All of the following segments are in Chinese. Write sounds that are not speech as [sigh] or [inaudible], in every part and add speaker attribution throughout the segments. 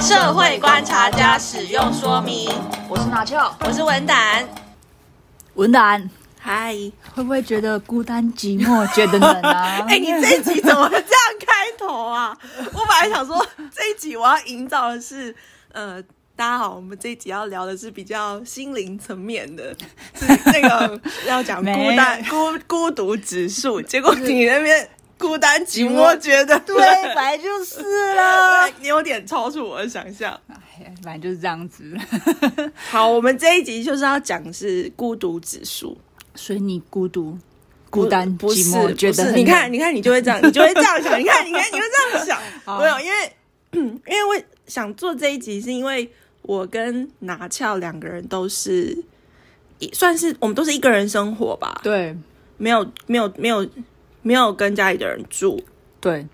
Speaker 1: 社会观察家使用说明。
Speaker 2: 我是拿俏，
Speaker 1: 我是文胆，
Speaker 2: 文丹
Speaker 1: 嗨，
Speaker 2: 会不会觉得孤单寂 [laughs] 寞，觉得冷啊？
Speaker 1: 哎、你这一集怎么这样开头啊？ [laughs] 我本来想说这一集我要营造的是，呃，大家好，我们这一集要聊的是比较心灵层面的， [laughs] 是那个要讲孤单孤孤独指数，结果你那边孤单寂寞，觉得
Speaker 2: 对，本来就是啦。
Speaker 1: [laughs] 你有点超出我的想象。
Speaker 2: 哎，反正就是这样子。
Speaker 1: 好，我们这一集就是要讲是孤独指数。
Speaker 2: [laughs] 所以你孤独、孤单、
Speaker 1: 不
Speaker 2: 寂
Speaker 1: 是
Speaker 2: 寞，觉
Speaker 1: 不
Speaker 2: 得
Speaker 1: 是
Speaker 2: 很
Speaker 1: 你看，你看，你就会这样，你就会这样想。你看，你看，你会这样
Speaker 2: [laughs]
Speaker 1: 想。没有，因为 [clears throat] 因为我想做这一集，是因为我跟拿翘两个人都是，一算是我们都是一个人生活吧，
Speaker 2: 对
Speaker 1: 没有没有没有没有跟家里的人住，
Speaker 2: 对，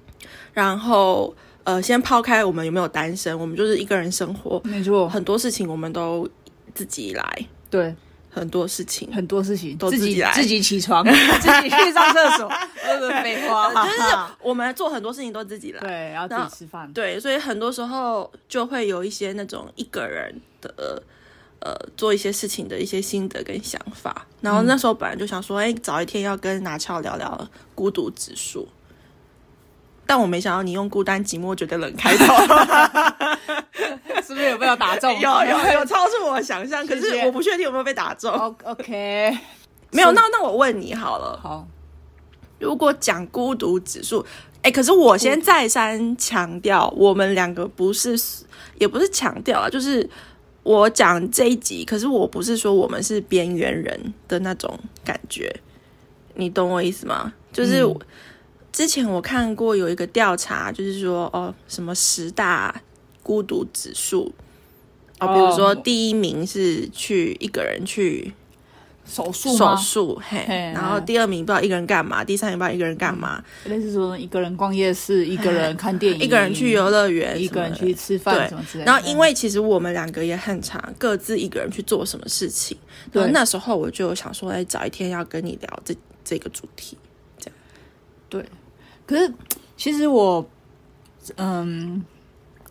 Speaker 1: 然后呃，先抛开我们有没有单身，我们就是一个人生活，
Speaker 2: 没错，
Speaker 1: 很多事情我们都自己来，
Speaker 2: 对
Speaker 1: 很多事情。
Speaker 2: 很多事情
Speaker 1: 都
Speaker 2: 自
Speaker 1: 自己来
Speaker 2: 自己起 [laughs] 床，自己去上厕 [laughs] 所，呃不废话嘛，
Speaker 1: 就是
Speaker 2: [laughs]
Speaker 1: 我们做很多事情都自己来，
Speaker 2: 对，然后自己吃饭，
Speaker 1: 对，所以很多时候就会有一些那种一个人的呃做一些事情的一些心得跟想法。然后
Speaker 2: 嗯
Speaker 1: 那时候本来就想说，哎、早一天要跟拿翘聊聊孤独指数，但我没想到你用孤单寂寞觉得冷开
Speaker 2: [laughs]
Speaker 1: 头，
Speaker 2: 是不 [laughs] 是有被我打中？
Speaker 1: 有有有超出我的想象，可
Speaker 2: 谢
Speaker 1: 是
Speaker 2: 谢哦
Speaker 1: 我不确定有没有被打中。
Speaker 2: O OK，
Speaker 1: 没有，那那我问你好了，
Speaker 2: 好，
Speaker 1: 如果讲孤独指数，哎，可是我先再三强调，我们两个不是，也不是强调啊，就是我讲这一集，可是我不是说我们是边缘人的那种感觉，你懂我意思吗？就是、
Speaker 2: 嗯
Speaker 1: 之前我看过有一个调查，就是说哦，什么十大孤独指数。哦，比如说
Speaker 2: 哦
Speaker 1: 第一名是去一个人去
Speaker 2: 手术
Speaker 1: 手
Speaker 2: 吗？
Speaker 1: 术，嘿，
Speaker 2: 嘿
Speaker 1: 然后第二名不知道一个人干嘛，第三名不知道一个人干嘛，
Speaker 2: 类似说一个人逛夜市，哎一个人看电影，
Speaker 1: 一个人去游乐园，
Speaker 2: 一个人。去吃
Speaker 1: 对
Speaker 2: 饭什么之类的。
Speaker 1: 然后，因为其实我们两个也很常各自一个人去做什么事情。
Speaker 2: 对
Speaker 1: 然后那时候我就想说，哎，找一天要跟你聊这这个主题。
Speaker 2: 可是其实我，嗯，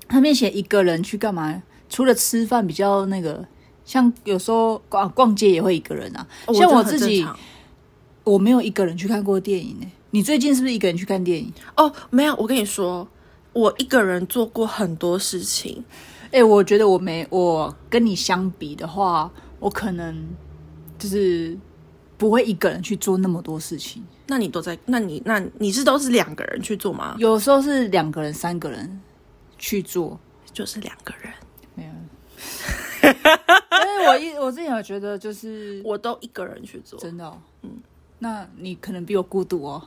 Speaker 2: 他面写一个人去干嘛？除了吃饭比较那个，像有时候逛啊逛街也会一个人啊。
Speaker 1: 哦
Speaker 2: 像
Speaker 1: 这
Speaker 2: 我
Speaker 1: 很
Speaker 2: 自
Speaker 1: 正
Speaker 2: 己
Speaker 1: 常，
Speaker 2: 我没有一个人去看过电影呢、你最近是不是一个人去看电影？
Speaker 1: 哦，没有，我跟你说，我一个人做过很多事情。
Speaker 2: 哎、我觉得我没，我跟你相比的话，我可能就是不会一个人去做那么多事情。
Speaker 1: 那你都在？那你那你是都是两个人去做吗？
Speaker 2: 有时候是两个人、三个人去做，
Speaker 1: 就是两个人， [laughs]
Speaker 2: 没有。但是我一我之前有觉得就是
Speaker 1: 我都一个人去做。
Speaker 2: 真的、哦，嗯，那你可能比我孤独哦。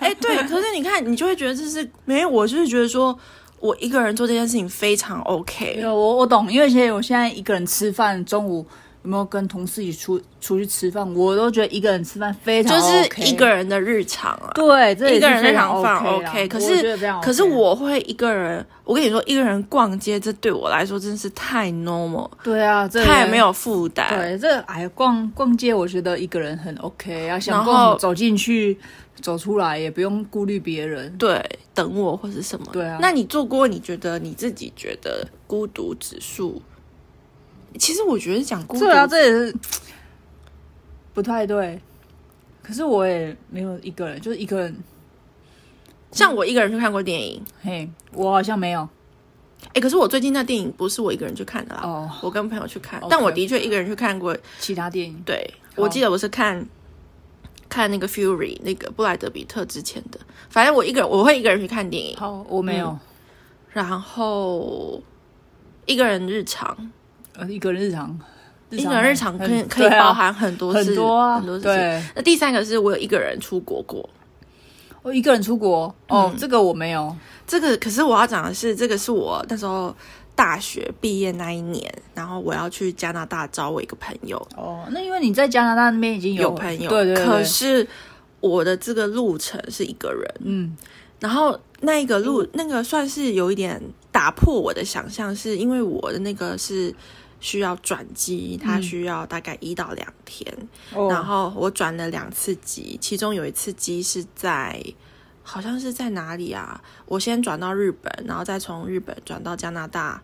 Speaker 1: 哎、对，可是你看，你就会觉得这是没有，我就是觉得说我一个人做这件事情非常 OK。
Speaker 2: 没有，我我懂，因为其实我现在一个人吃饭，中午有没有跟同事一起出出去吃饭，我都觉得一个人吃饭非常
Speaker 1: 就
Speaker 2: OK
Speaker 1: 是一个人的日常啊。
Speaker 2: 对，这也
Speaker 1: 一个
Speaker 2: 是
Speaker 1: 人
Speaker 2: 非
Speaker 1: 非
Speaker 2: 常
Speaker 1: 常放
Speaker 2: OK 啦
Speaker 1: OK，可
Speaker 2: 我觉得
Speaker 1: 是
Speaker 2: 非常 OK 啊
Speaker 1: 可是我会一个人，我跟你说，一个人逛街，这对我来说真是太 normal，
Speaker 2: 对啊，这
Speaker 1: 太
Speaker 2: 也
Speaker 1: 没。有负担。
Speaker 2: 对，这哎，逛逛街，我觉得一个人很 OK 啊，想
Speaker 1: 然
Speaker 2: 逛什么
Speaker 1: 后
Speaker 2: 走进去，走出来也不用顾虑别人。
Speaker 1: 对，等我或是什么。
Speaker 2: 对啊
Speaker 1: 那你做过？你觉得你自己觉得孤独指数？其实我觉得讲孤独，
Speaker 2: 对啊，这也是不太对。可是我也没有一个人，就是一个人，
Speaker 1: 像我一个人去看过电影，
Speaker 2: 嘿，我好像没有。
Speaker 1: 哎，可是我最近那电影不是我一个人去看的啦，
Speaker 2: 哦
Speaker 1: 我跟朋友去看
Speaker 2: OK，
Speaker 1: 但我的确一个人去看过。
Speaker 2: 其他电影，
Speaker 1: 对，我记得我是看看那个 Fury 那个布莱德比特之前的，反正我一个人我会一个人去看电影，
Speaker 2: 好，我没有，
Speaker 1: 然后一个人日常，
Speaker 2: 呃，一个人日常，
Speaker 1: 嗯一个人日常可以
Speaker 2: 很
Speaker 1: 可以
Speaker 2: 对啊
Speaker 1: 包含很多事，
Speaker 2: 很多啊，
Speaker 1: 很多事情。
Speaker 2: 对，
Speaker 1: 那第三个是我有一个人出国过，
Speaker 2: 我一个人出国，
Speaker 1: 嗯
Speaker 2: 哦，这个我没有，
Speaker 1: 这个可是我要讲的是，这个是我那时候。大学毕业那一年，然后我要去加拿大找我一个朋友，
Speaker 2: 哦，那因为你在加拿大那边已经
Speaker 1: 有
Speaker 2: 有
Speaker 1: 朋友，
Speaker 2: 对对对，
Speaker 1: 可是我的这个路程是一个人，
Speaker 2: 嗯，
Speaker 1: 然后那个路、那个算是有一点打破我的想象，是因为我的那个是需要转机，它
Speaker 2: 嗯
Speaker 1: 需要大概一到两天。
Speaker 2: 哦
Speaker 1: 然后我转了两次机，其中有一次机是在好像是在哪里啊？我先转到日本，然后再从日本转到加拿大，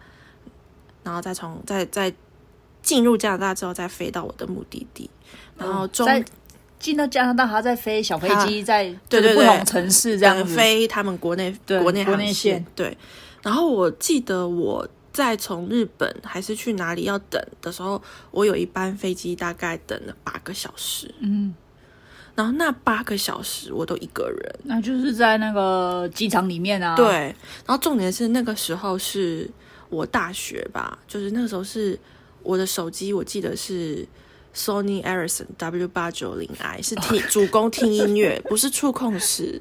Speaker 1: 然后再从再再进入加拿大之后，再飞到我的目的地。然后
Speaker 2: 哦
Speaker 1: 中、
Speaker 2: 在进到加拿大，还在飞小飞机，在
Speaker 1: 对
Speaker 2: 就是
Speaker 1: 对
Speaker 2: 不
Speaker 1: 对
Speaker 2: 同城市这样子。
Speaker 1: 飞他们国内
Speaker 2: 对
Speaker 1: 国内
Speaker 2: 国
Speaker 1: 航
Speaker 2: 内线
Speaker 1: 对。然后我记得我在从日本还是去哪里要等的时候，我有一班飞机大概等了八个小时，
Speaker 2: 嗯，
Speaker 1: 然后那八个小时我都一个人。
Speaker 2: 那就是在那个机场里面啊。，
Speaker 1: 对，然后重点是那个时候是我大学吧，就是那个时候是我的手机，我记得是 Sony Ericsson W 八九零 i，是
Speaker 2: [laughs]
Speaker 1: 听主攻听音乐，不是触控式，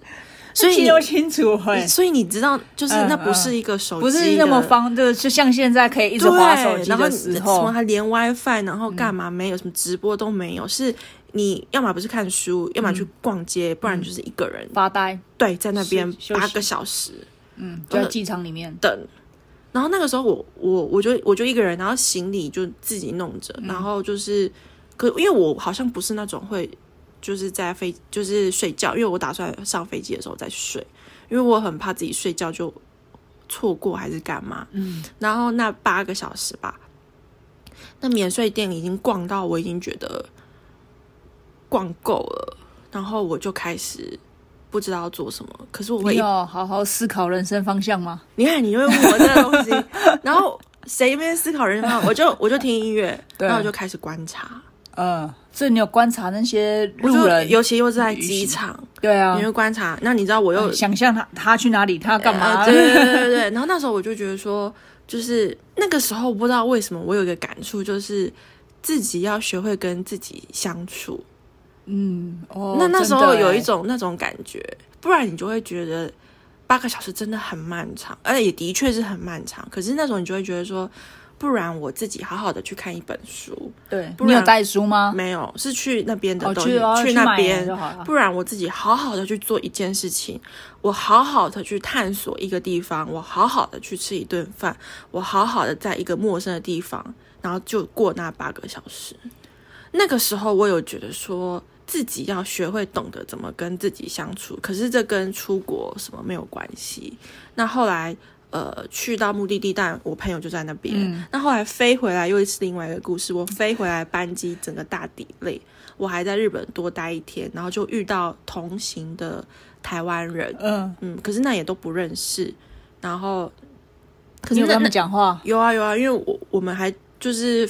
Speaker 1: 所以
Speaker 2: 记
Speaker 1: 你
Speaker 2: 得清楚哎、
Speaker 1: 所以你知道，就是
Speaker 2: 嗯
Speaker 1: 那不是一个手机、
Speaker 2: 不是那么。方，就是就像现在可以一直
Speaker 1: 对，
Speaker 2: 滑手机
Speaker 1: 然后
Speaker 2: 的
Speaker 1: 你
Speaker 2: 时
Speaker 1: 什
Speaker 2: 候嗯
Speaker 1: 么，还连 WiFi，然后干嘛没有、什么直播都没有，是你要么不是看书，要么
Speaker 2: 嗯
Speaker 1: 去逛街，不然就是一个人、
Speaker 2: 发呆，
Speaker 1: 对在那边
Speaker 2: 休息
Speaker 1: 八个小时
Speaker 2: 嗯，就在机场里面。
Speaker 1: 等。然后那个时候我我我就我就一个人，然后行李就自己弄着，然后就是可因为我好像不是那种会就是在飞就是睡觉，因为我打算上飞机的时候再睡，因为我很怕自己睡觉就错过还是干嘛。
Speaker 2: 嗯，
Speaker 1: 然后那八个小时吧，那免税店已经逛到我已经觉得逛够了，然后我就开始不知道要做什么。可是我会
Speaker 2: 你
Speaker 1: 一
Speaker 2: 有好好思考人生方向吗？
Speaker 1: 你看，你就会问我这个东西， [laughs] 然后谁没思考人
Speaker 2: [laughs]
Speaker 1: 生，我就我就听音乐，
Speaker 2: 对啊
Speaker 1: 然后我就开始观察
Speaker 2: 嗯，所以你有观察那些
Speaker 1: 我
Speaker 2: 路
Speaker 1: 就
Speaker 2: 人，
Speaker 1: 尤其又是在机场，
Speaker 2: 对啊哎哦
Speaker 1: 你，会观察。那你知道我又
Speaker 2: 想象他他去哪里，他要干嘛？
Speaker 1: 呃
Speaker 2: [laughs]
Speaker 1: 对对对对对。然后那时候我就觉得说，就是那个时候不知道为什么我有一个感触，就是自己要学会跟自己相处。
Speaker 2: 嗯，哦，
Speaker 1: 那那时候
Speaker 2: 真的欸
Speaker 1: 有一种那种感觉，不然你就会觉得八个小时真的很漫长，而且也的确是很漫长。可是那时候你就会觉得说，不然我自己好好的去看一本书，
Speaker 2: 对，
Speaker 1: 不
Speaker 2: 你有
Speaker 1: 然
Speaker 2: 带书吗？
Speaker 1: 没有是去那边的
Speaker 2: 哦，
Speaker 1: 东
Speaker 2: 去
Speaker 1: 西，
Speaker 2: 哦去
Speaker 1: 那
Speaker 2: 买
Speaker 1: 边
Speaker 2: 就好了。
Speaker 1: 不然我自己好好的去做一件事情，我好好的去探索一个地方，我好好的去吃一顿饭，我好好的在一个陌生的地方，然后就过那八个小时。那个时候我有觉得说自己要学会懂得怎么跟自己相处，可是这跟出国什么没有关系。那后来。呃，去到目的地，但我朋友就在那边。
Speaker 2: 嗯
Speaker 1: 那后来飞回来又是另外一个故事。我飞回来，班机整个大底累，我还在日本多待一天，然后就遇到同行的台湾人，
Speaker 2: 嗯，
Speaker 1: 嗯，可是那也都不认识，然后可
Speaker 2: 你
Speaker 1: 是
Speaker 2: 有跟
Speaker 1: 那
Speaker 2: 他
Speaker 1: 那
Speaker 2: 们讲话？
Speaker 1: 有啊有啊，因为我我们还就是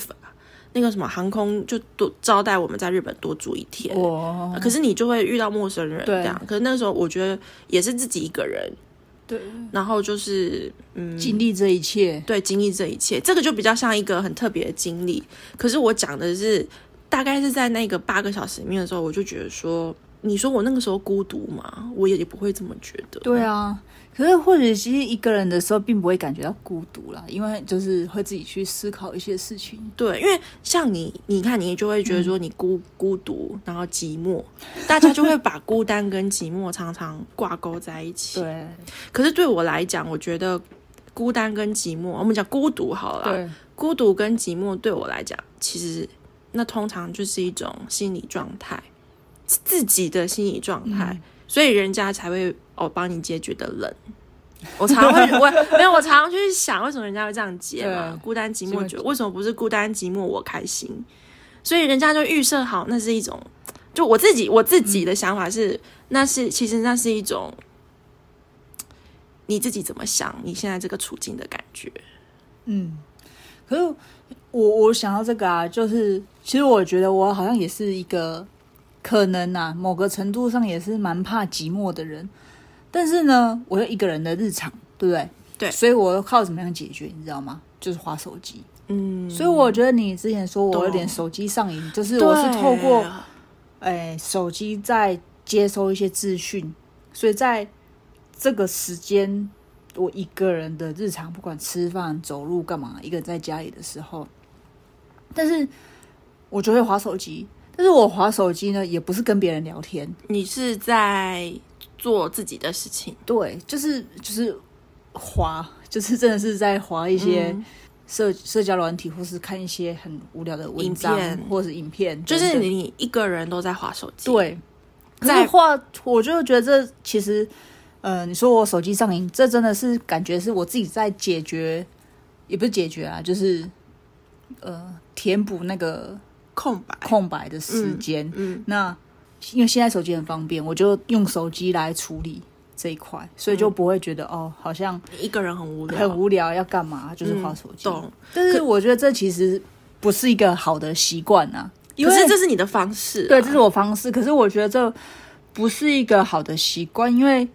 Speaker 1: 那个什么航空就多招待我们在日本多住一天，
Speaker 2: 呃我
Speaker 1: 可是你就会遇到陌生人
Speaker 2: 哦对
Speaker 1: 这样。可是那时候我觉得也是自己一个人，
Speaker 2: 对
Speaker 1: 然后就是嗯，
Speaker 2: 经历这一切，
Speaker 1: 对，经历这一切，这个就比较像一个很特别的经历。可是我讲的是，大概是在那个八个小时里面的时候，我就觉得说，你说我那个时候孤独嘛，我也不会这么觉得。
Speaker 2: 对啊。可是或者其实一个人的时候，并不会感觉到孤独啦，因为就是会自己去思考一些事情。
Speaker 1: 对，因为像你，你看你就会觉得
Speaker 2: 嗯
Speaker 1: 说你孤、孤独，然后寂寞，大家就会把孤单跟寂寞常常挂钩在一起。
Speaker 2: 对
Speaker 1: 可是对我来讲，我觉得孤单跟寂寞，我们讲孤独好了啦，
Speaker 2: 对，
Speaker 1: 孤独跟寂寞对我来讲，其实那通常就是一种心理状态，是自己的心理状态，
Speaker 2: 嗯
Speaker 1: 所以人家才会哦帮你解决的冷。 [laughs] 我常常会我没有，我常常去想为什么人家会这样解嘛
Speaker 2: 对？啊
Speaker 1: 孤单寂
Speaker 2: 这
Speaker 1: 寞
Speaker 2: 个
Speaker 1: 觉，为什么不是孤单寂寞我开心？所以人家就预设好那是一种，就我自己我自
Speaker 2: 嗯
Speaker 1: 己的想法是，那是其实那是一种你自己怎么想你现在这个处境的感觉。
Speaker 2: 嗯。可是我我想到这个啊，就是其实我觉得我好像也是一个可能啊，某个程度上也是蛮怕寂寞的人，但是呢，我又一个人的日常，对不对？
Speaker 1: 对
Speaker 2: 所以我又靠怎么样解决，你知道吗？就是划手机。
Speaker 1: 嗯，
Speaker 2: 所以我觉得你之前说我
Speaker 1: 懂
Speaker 2: 有点手机上瘾，就是我是透过
Speaker 1: 对
Speaker 2: 哎、手机在接收一些资讯，所以在这个时间，我一个人的日常，不管吃饭、走路、干嘛，一个人在家里的时候，但是我就会划手机。但是我划手机呢，也不是跟别人聊天，
Speaker 1: 你是在做自己的事情，
Speaker 2: 对，就是就是划，就是真的是在划一些
Speaker 1: 嗯
Speaker 2: 社、社交软体，或是看一些很无聊的文
Speaker 1: 影
Speaker 2: 章
Speaker 1: 片，
Speaker 2: 或是影片，
Speaker 1: 就是
Speaker 2: 等等
Speaker 1: 你一个人都在划手机。，
Speaker 2: 对，可
Speaker 1: 在
Speaker 2: 是画，我就觉得这其实呃，你说我手机上瘾，这真的是感觉是我自己在解决，也不是解决啊，就是呃填补那个
Speaker 1: 空白，
Speaker 2: 空白的时间。
Speaker 1: 嗯，
Speaker 2: 那因为现在手机很方便，我就用手机来处理这一块，所以就不会觉得、哦，好像
Speaker 1: 一个人很嗯无聊，嗯
Speaker 2: 很无聊要干嘛，就是划手机。
Speaker 1: 懂。
Speaker 2: 但是我觉得这其实不是一个好的习惯啊，因
Speaker 1: 可
Speaker 2: 为
Speaker 1: 是这是你的方式、啊，
Speaker 2: 对，这是我方式。可是我觉得这不是一个好的习惯，因为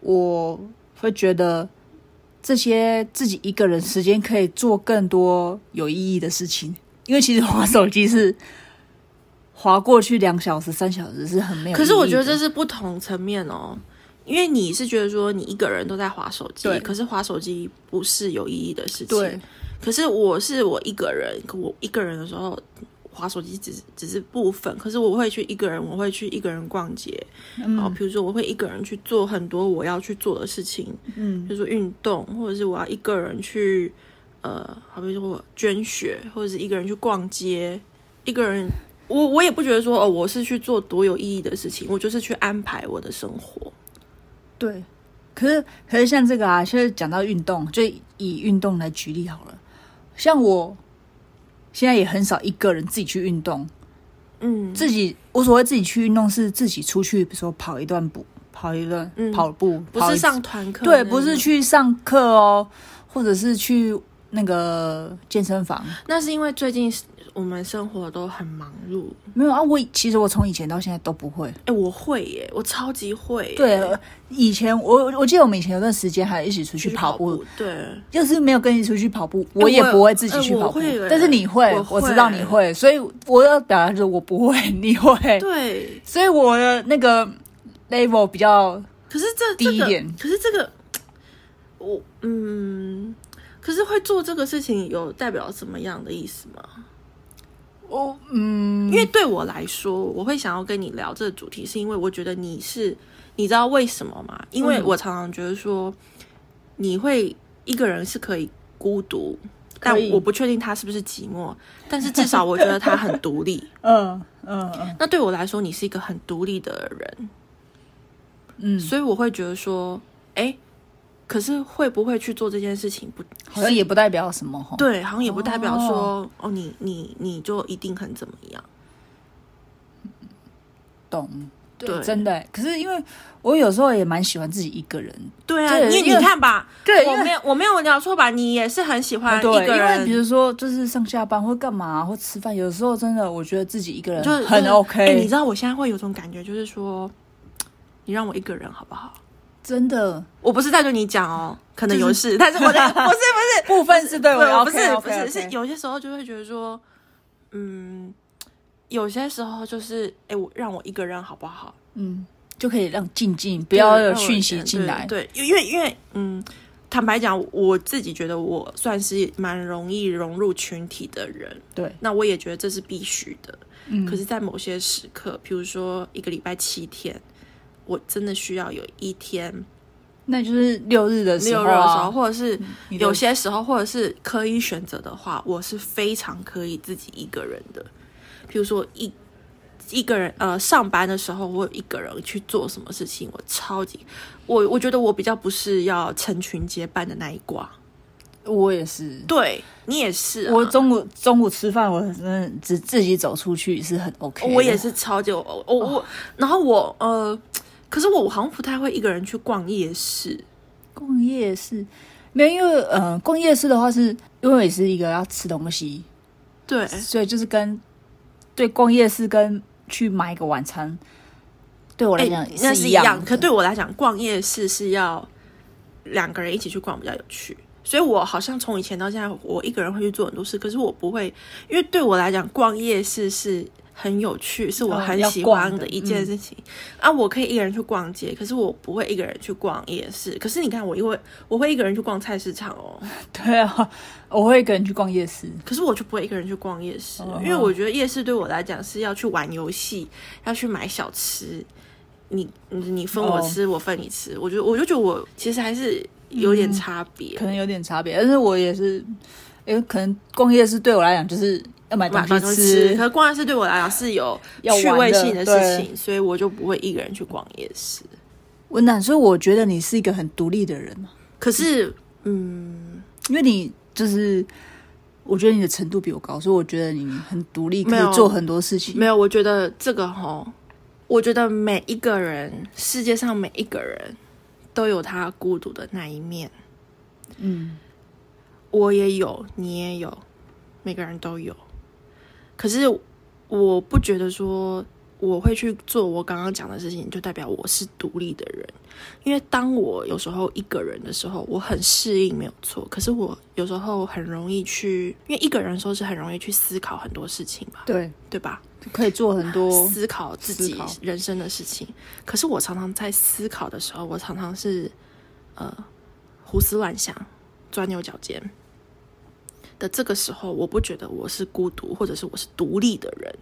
Speaker 2: 我会觉得这些自己一个人时间可以做更多有意义的事情。因为其实划手机是划过去两小时、三小嗯时是很没有意义的。
Speaker 1: 可是我觉得这是不同层面哦，因为你是觉得说你一个人都在划手机
Speaker 2: 对，
Speaker 1: 可是划手机不是有意义的事情。
Speaker 2: 对，
Speaker 1: 可是我是我一个人，可我一个人的时候。划手机只是只是部分，可是我会去一个人，我会去一个人逛街，
Speaker 2: 嗯
Speaker 1: 然后比如说我会一个人去做很多我要去做的事情，
Speaker 2: 嗯
Speaker 1: 比如说运动，或者是我要一个人去，呃，好比说我捐血，或者是一个人去逛街，一个人，我我也不觉得说哦，我是去做多有意义的事情，我就是去安排我的生活。
Speaker 2: 对。可是可是像这个啊，就是讲到运动，就以运动来举例好了。像我现在也很少一个人自己去运动，
Speaker 1: 嗯，
Speaker 2: 自己我所谓自己去运动是自己出去，比如说跑一段步，跑一段、
Speaker 1: 嗯
Speaker 2: 跑步，
Speaker 1: 不
Speaker 2: 跑一
Speaker 1: 是上团课，
Speaker 2: 对，不是，去上课哦，或者是去那个健身房。
Speaker 1: 那是因为最近我们生活都很忙碌。
Speaker 2: 没有啊，我以其实我从以前到现在都不会。
Speaker 1: 哎，我会耶，我超级会耶。
Speaker 2: 对，以前我我记得我们以前有段时间还一起出去
Speaker 1: 去
Speaker 2: 跑步，
Speaker 1: 步，对，
Speaker 2: 要是没有跟你出去跑步，
Speaker 1: 我
Speaker 2: 我也不会自己
Speaker 1: 哎
Speaker 2: 去
Speaker 1: 我
Speaker 2: 跑步。
Speaker 1: 会耶
Speaker 2: 但是你会，
Speaker 1: 我
Speaker 2: 我
Speaker 1: 会
Speaker 2: 知道你会，所以我要表达就是我不会， [laughs] 你会，
Speaker 1: 对。
Speaker 2: 所以我的那个 level 比较
Speaker 1: 可是这
Speaker 2: 低一点
Speaker 1: 这个，可是这个，我嗯，可是会做这个事情有代表什么样的意思吗？
Speaker 2: 我嗯，
Speaker 1: 因为对我来说，我会想要跟你聊这个主题，是因为我觉得你是，你知道为什么吗？因为
Speaker 2: 嗯
Speaker 1: 我常常觉得说，你会一个人是可以孤独，但
Speaker 2: 可以
Speaker 1: 我不确定他是不是寂寞，但是至少我觉得他很独立。
Speaker 2: 嗯嗯嗯
Speaker 1: 那对我来说，你是一个很独立的人，
Speaker 2: 嗯，
Speaker 1: 所以我会觉得说，哎，可是会不会去做这件事情不，
Speaker 2: 好像也不代表什么哈。，
Speaker 1: 对，好像也不代表说，哦，你你你就一定很怎么样。
Speaker 2: 懂，
Speaker 1: 对
Speaker 2: 真的欸。可是因为我有时候也蛮喜欢自己一个人，
Speaker 1: 对啊，
Speaker 2: 对
Speaker 1: 因为你
Speaker 2: 因为
Speaker 1: 看吧，
Speaker 2: 对因
Speaker 1: 我
Speaker 2: 为哦
Speaker 1: 没有我没有聊错吧？你也是很喜欢一
Speaker 2: 对，因
Speaker 1: 个
Speaker 2: 为
Speaker 1: 人，
Speaker 2: 比如说就是上下班或干嘛或吃饭，有时候真的我觉得自己一个人
Speaker 1: 就是
Speaker 2: 很
Speaker 1: 就是哎
Speaker 2: OK，
Speaker 1: 你知道我现在会有种感觉，就是说，你让我一个人好不好？
Speaker 2: 真的
Speaker 1: 我不是在对你讲哦，可能有事，但是我
Speaker 2: [laughs]
Speaker 1: 的不是
Speaker 2: 部分是对
Speaker 1: 不
Speaker 2: 我
Speaker 1: 是，
Speaker 2: 也
Speaker 1: 我不是
Speaker 2: OK，OK，OK
Speaker 1: 不是是有些时候就会觉得说，嗯，有些时候就是，哎、我让我一个人好不好？
Speaker 2: 嗯，就可以让静静不要有
Speaker 1: 让我
Speaker 2: 讯息
Speaker 1: 一个人
Speaker 2: 进来，
Speaker 1: 对，对因为因为嗯，坦白讲，我自己觉得我算是蛮容易融入群体的人。
Speaker 2: 对，
Speaker 1: 那我也觉得这是必须的。
Speaker 2: 嗯
Speaker 1: 可是，在某些时刻，比如说一个礼拜七天，我真的需要有一天
Speaker 2: 那就是六日的时
Speaker 1: 六
Speaker 2: 候
Speaker 1: 日的时候，嗯
Speaker 2: 啊，
Speaker 1: 或者是
Speaker 2: 你都
Speaker 1: 有些时候，或者是可以选择的话，我是非常可以自己一个人的。比如说一一个人呃上班的时候，我有一个人去做什么事情，我超级我我觉得我比较不是要成群结伴的那一挂。
Speaker 2: 我也是。
Speaker 1: 对你也是、啊，
Speaker 2: 我中午中午吃饭，我真的只自己走出去是很 OK。
Speaker 1: 我也，是哦超级我我我，然后我呃，可是我我好像不太会一个人去逛夜市。
Speaker 2: 逛夜市，没有，因为呃，逛夜市的话是，因为我也是一个要吃东西，
Speaker 1: 对，
Speaker 2: 所以就是跟对逛夜市跟去买一个晚餐，对我来讲、
Speaker 1: 哎那
Speaker 2: 是
Speaker 1: 一
Speaker 2: 样
Speaker 1: 样
Speaker 2: 的。，
Speaker 1: 可对我来讲，逛夜市是要两个人一起去逛比较有趣。所以我好像从以前到现在，我一个人会去做很多事，可是我不会，因为对我来讲，逛夜市是很有趣，是我
Speaker 2: 嗯
Speaker 1: 很
Speaker 2: 要
Speaker 1: 喜
Speaker 2: 逛
Speaker 1: 欢
Speaker 2: 的嗯
Speaker 1: 的一件事情。啊，我可以一个人去逛街，可是我不会一个人去逛夜市。可是你看，我因为我会一个人去逛菜市场哦。
Speaker 2: [laughs] 对啊，我会一个人去逛夜市，
Speaker 1: 可是我就不会一个人去逛夜市，
Speaker 2: 哦
Speaker 1: 因为我觉得夜市对我来讲是要去玩游戏，要去买小吃，你你你分我
Speaker 2: 哦
Speaker 1: 吃，我分你吃。我觉得我就觉得我其实还是有点差别
Speaker 2: 可，能有点差别，但是我也是，因为可能逛夜市对我来讲就是要买东
Speaker 1: 买东
Speaker 2: 西
Speaker 1: 西
Speaker 2: 吃，
Speaker 1: 可是逛夜市对我来讲是有
Speaker 2: 要
Speaker 1: 趣
Speaker 2: 玩
Speaker 1: 味
Speaker 2: 的嗯
Speaker 1: 性的事情，所以我就不会一个人去逛夜市。
Speaker 2: 我温暖，所以我觉得你是一个很独立的人嘛，
Speaker 1: 可是，嗯，
Speaker 2: 因为你就是，我觉得你的程度比我高，所以我觉得你很独立，可
Speaker 1: 没有
Speaker 2: 以做很多事情。
Speaker 1: 没有，我觉得这个吼，我觉得每一个人，世界上每一个人都有他孤独的那一面，
Speaker 2: 嗯，
Speaker 1: 我也有，你也有，每个人都有。可是我不觉得说我会去做我刚刚讲的事情，就代表我是独立的人。因为当我有时候一个人的时候，我很适应没有错。可是我有时候很容易去，因为一个人的时候是很容易去思考很多事情吧，
Speaker 2: 对，
Speaker 1: 对吧？
Speaker 2: 可以做很多。
Speaker 1: 思考自己
Speaker 2: 思考
Speaker 1: 人生的事情。可是我常常在思考的时候，我常常是呃胡思乱想、钻牛角尖的。这个时候，我不觉得我是孤独，或者是我是独立的人，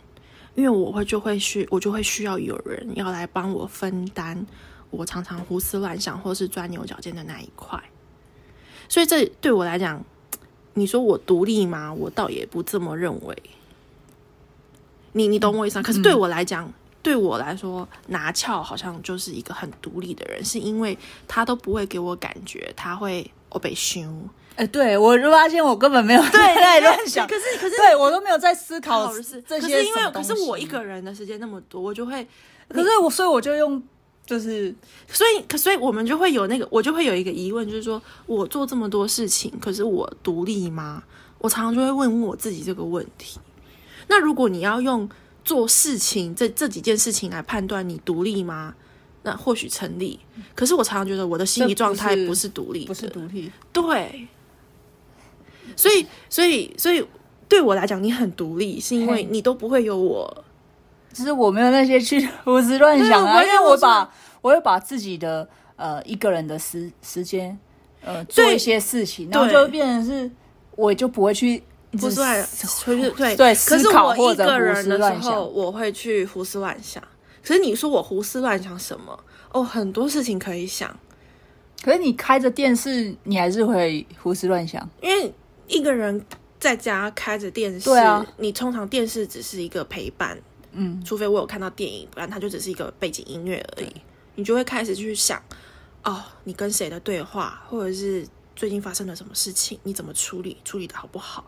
Speaker 1: 因为我会就会需我就会需要有人要来帮我分担我常常胡思乱想或是钻牛角尖的那一块。所以这对我来讲，你说我独立吗？我倒也不这么认为。你你懂我意
Speaker 2: 嗯
Speaker 1: 思吗？可是对我来讲，对我来说，拿翘好像就是一个很独立的人，是因为他都不会给我感觉他会我被凶。
Speaker 2: 哎、对我就发现我根本没有 [laughs] 在乱想，
Speaker 1: 可是可是
Speaker 2: 对我都没有在思考
Speaker 1: 好是，
Speaker 2: 哦这
Speaker 1: 可
Speaker 2: 些
Speaker 1: 是
Speaker 2: 什
Speaker 1: 因
Speaker 2: 么
Speaker 1: 为
Speaker 2: 东
Speaker 1: 可
Speaker 2: 西。
Speaker 1: 是我一个人的时间那么多，我就会，
Speaker 2: 可是我，所以我就用就是
Speaker 1: 所以可所以我们就会有那个，我就会有一个疑问，就是说我做这么多事情，可是我独立吗？我常常就会问我自己这个问题。那如果你要用做事情这这几件事情来判断你独立吗？那或许成立，可是我常常觉得我的心理
Speaker 2: 这
Speaker 1: 状
Speaker 2: 不
Speaker 1: 态
Speaker 2: 是
Speaker 1: 不是独立的，
Speaker 2: 不是独立，
Speaker 1: 对，所以所以所以对我来讲，你很独立，是因为
Speaker 2: 嘿
Speaker 1: 你都不会有我。
Speaker 2: 就是我没有那些去胡思乱想啊，
Speaker 1: 对
Speaker 2: 因为
Speaker 1: 我
Speaker 2: 我
Speaker 1: 我
Speaker 2: 把我会把自己的呃一个人的时时间呃做
Speaker 1: 对
Speaker 2: 一些事情，然后
Speaker 1: 对
Speaker 2: 就会变成是我就不会去一直
Speaker 1: 不算
Speaker 2: 思
Speaker 1: 就是对
Speaker 2: 对
Speaker 1: 可是
Speaker 2: 思考
Speaker 1: 我
Speaker 2: 或
Speaker 1: 一
Speaker 2: 者
Speaker 1: 个
Speaker 2: 胡
Speaker 1: 人
Speaker 2: 思
Speaker 1: 的
Speaker 2: 乱
Speaker 1: 时
Speaker 2: 想
Speaker 1: 候，我会去胡思乱想。可是你说我胡思乱想什么？哦，很多事情可以想，
Speaker 2: 可是你开着电视，你还是会胡思乱想。
Speaker 1: 因为一个人在家开着电视，
Speaker 2: 对啊
Speaker 1: 你通常电视只是一个陪伴，
Speaker 2: 嗯，
Speaker 1: 除非我有看到电影，不然它就只是一个背景音乐而已。你就会开始去想，哦，你跟谁的对话，或者是最近发生了什么事情，你怎么处理，处理的好不好，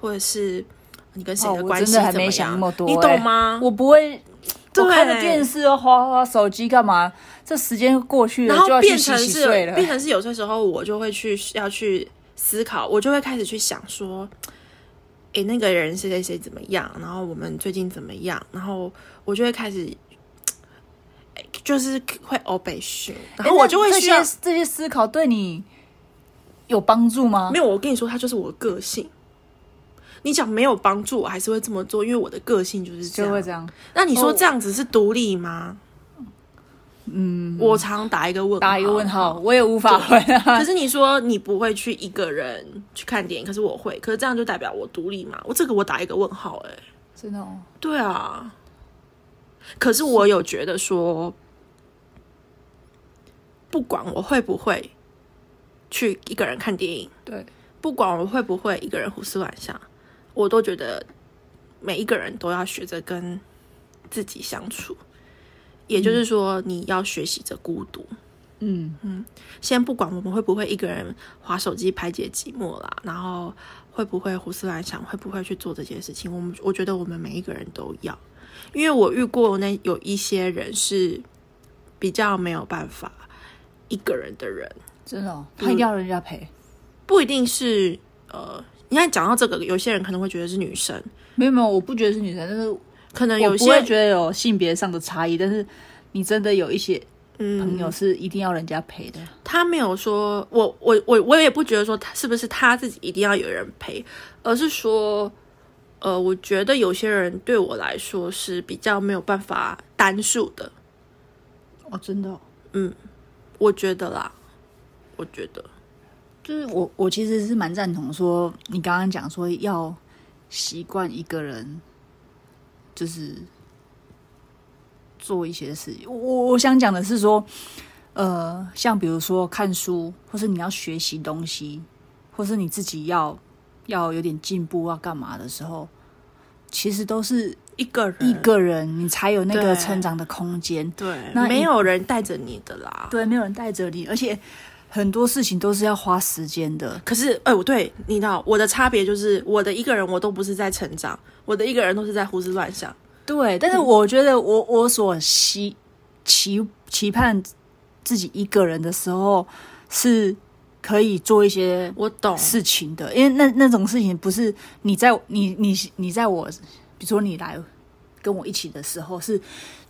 Speaker 1: 或者是你跟谁
Speaker 2: 哦
Speaker 1: 的
Speaker 2: 我
Speaker 1: 关系
Speaker 2: 真的还
Speaker 1: 怎么
Speaker 2: 没想
Speaker 1: 样
Speaker 2: 那么多
Speaker 1: 你
Speaker 2: 欸
Speaker 1: 懂吗？
Speaker 2: 我不会，
Speaker 1: 对
Speaker 2: 我开着电视又花花手机干嘛？这时间过去了，
Speaker 1: 然
Speaker 2: 就
Speaker 1: 后
Speaker 2: 要去
Speaker 1: 变
Speaker 2: 洗
Speaker 1: 成
Speaker 2: 洗
Speaker 1: 是
Speaker 2: 睡了。
Speaker 1: 变成是有些时候我就会去要去思考，我就会开始去想说，诶，那个人谁谁谁怎么样，然后我们最近怎么样，然后我就会开始。诶就是会欧北学，然
Speaker 2: 诶
Speaker 1: 后我
Speaker 2: 哎那
Speaker 1: 就会
Speaker 2: 这
Speaker 1: 需要
Speaker 2: 些这些思考对你有帮助吗？
Speaker 1: 没有，我跟你说，它就是我的个性。你讲没有帮助，我还是会这么做，因为我的个性就是这
Speaker 2: 就
Speaker 1: 样。
Speaker 2: 会这样
Speaker 1: 那你说
Speaker 2: 哦
Speaker 1: 这样子是独立吗？嗯，我常打一个问，
Speaker 2: 打一个问号，。我也无法回答。
Speaker 1: 可是你说你不会去一个人去看电影，可是我会，可是这样就代表我独立嘛？我这个我打一个问号、欸，
Speaker 2: [laughs] 真的哦，
Speaker 1: 对啊，可是我有觉得说，不管我会不会去一个人看电影，
Speaker 2: 对，
Speaker 1: 不管我会不会一个人胡思乱想，我都觉得每一个人都要学着跟自己相处。也就是说，你要学习着孤独。
Speaker 2: 嗯，
Speaker 1: 先不管我们会不会一个人划手机排解寂寞啦，然后会不会胡思乱想，会不会去做这些事情，我们我觉得我们每一个人都要，因为我遇过那有一些人是比较没有办法一个人的人，
Speaker 2: 真的哦，他一定要人家陪。
Speaker 1: 不一定是呃，你看讲到这个，有些人可能会觉得是女生，
Speaker 2: 没有没有，我不觉得是女生，但是
Speaker 1: 可能有
Speaker 2: 我
Speaker 1: 些
Speaker 2: 不会觉得有性别上的差异，但是你真的有一些
Speaker 1: 嗯
Speaker 2: 朋友是一定要人家陪的。
Speaker 1: 他没有说，我我我我也不觉得说他是不是他自己一定要有人陪，而是说，呃，我觉得有些人对我来说是比较没有办法单数的，
Speaker 2: 哦，真的、哦，
Speaker 1: 我觉得啦，我觉得，
Speaker 2: 就是我我其实是蛮赞同说你刚刚讲说要习惯一个人，就是做一些事情。我我我想讲的是说，呃，像比如说看书，或是你要学习东西，或是你自己要要有点进步要干嘛的时候，其实都是
Speaker 1: 一个人，
Speaker 2: 一个人，你才有那个
Speaker 1: 对
Speaker 2: 成长的空间。
Speaker 1: 对，
Speaker 2: 那一
Speaker 1: 没有人带着你的啦。
Speaker 2: 对，没有人带着你，而且很多事情都是要花时间的。
Speaker 1: 可是，哎、我对你知道我的差别就是，我的一个人我都不是在成长，我的一个人都是在胡思乱想。
Speaker 2: 对，但是
Speaker 1: 嗯
Speaker 2: 我觉得我我所期期期盼自己一个人的时候，是可以做一些
Speaker 1: 我懂，
Speaker 2: 事情的，因为那那种事情不是你在你你你在我，比如说你来跟我一起的时候是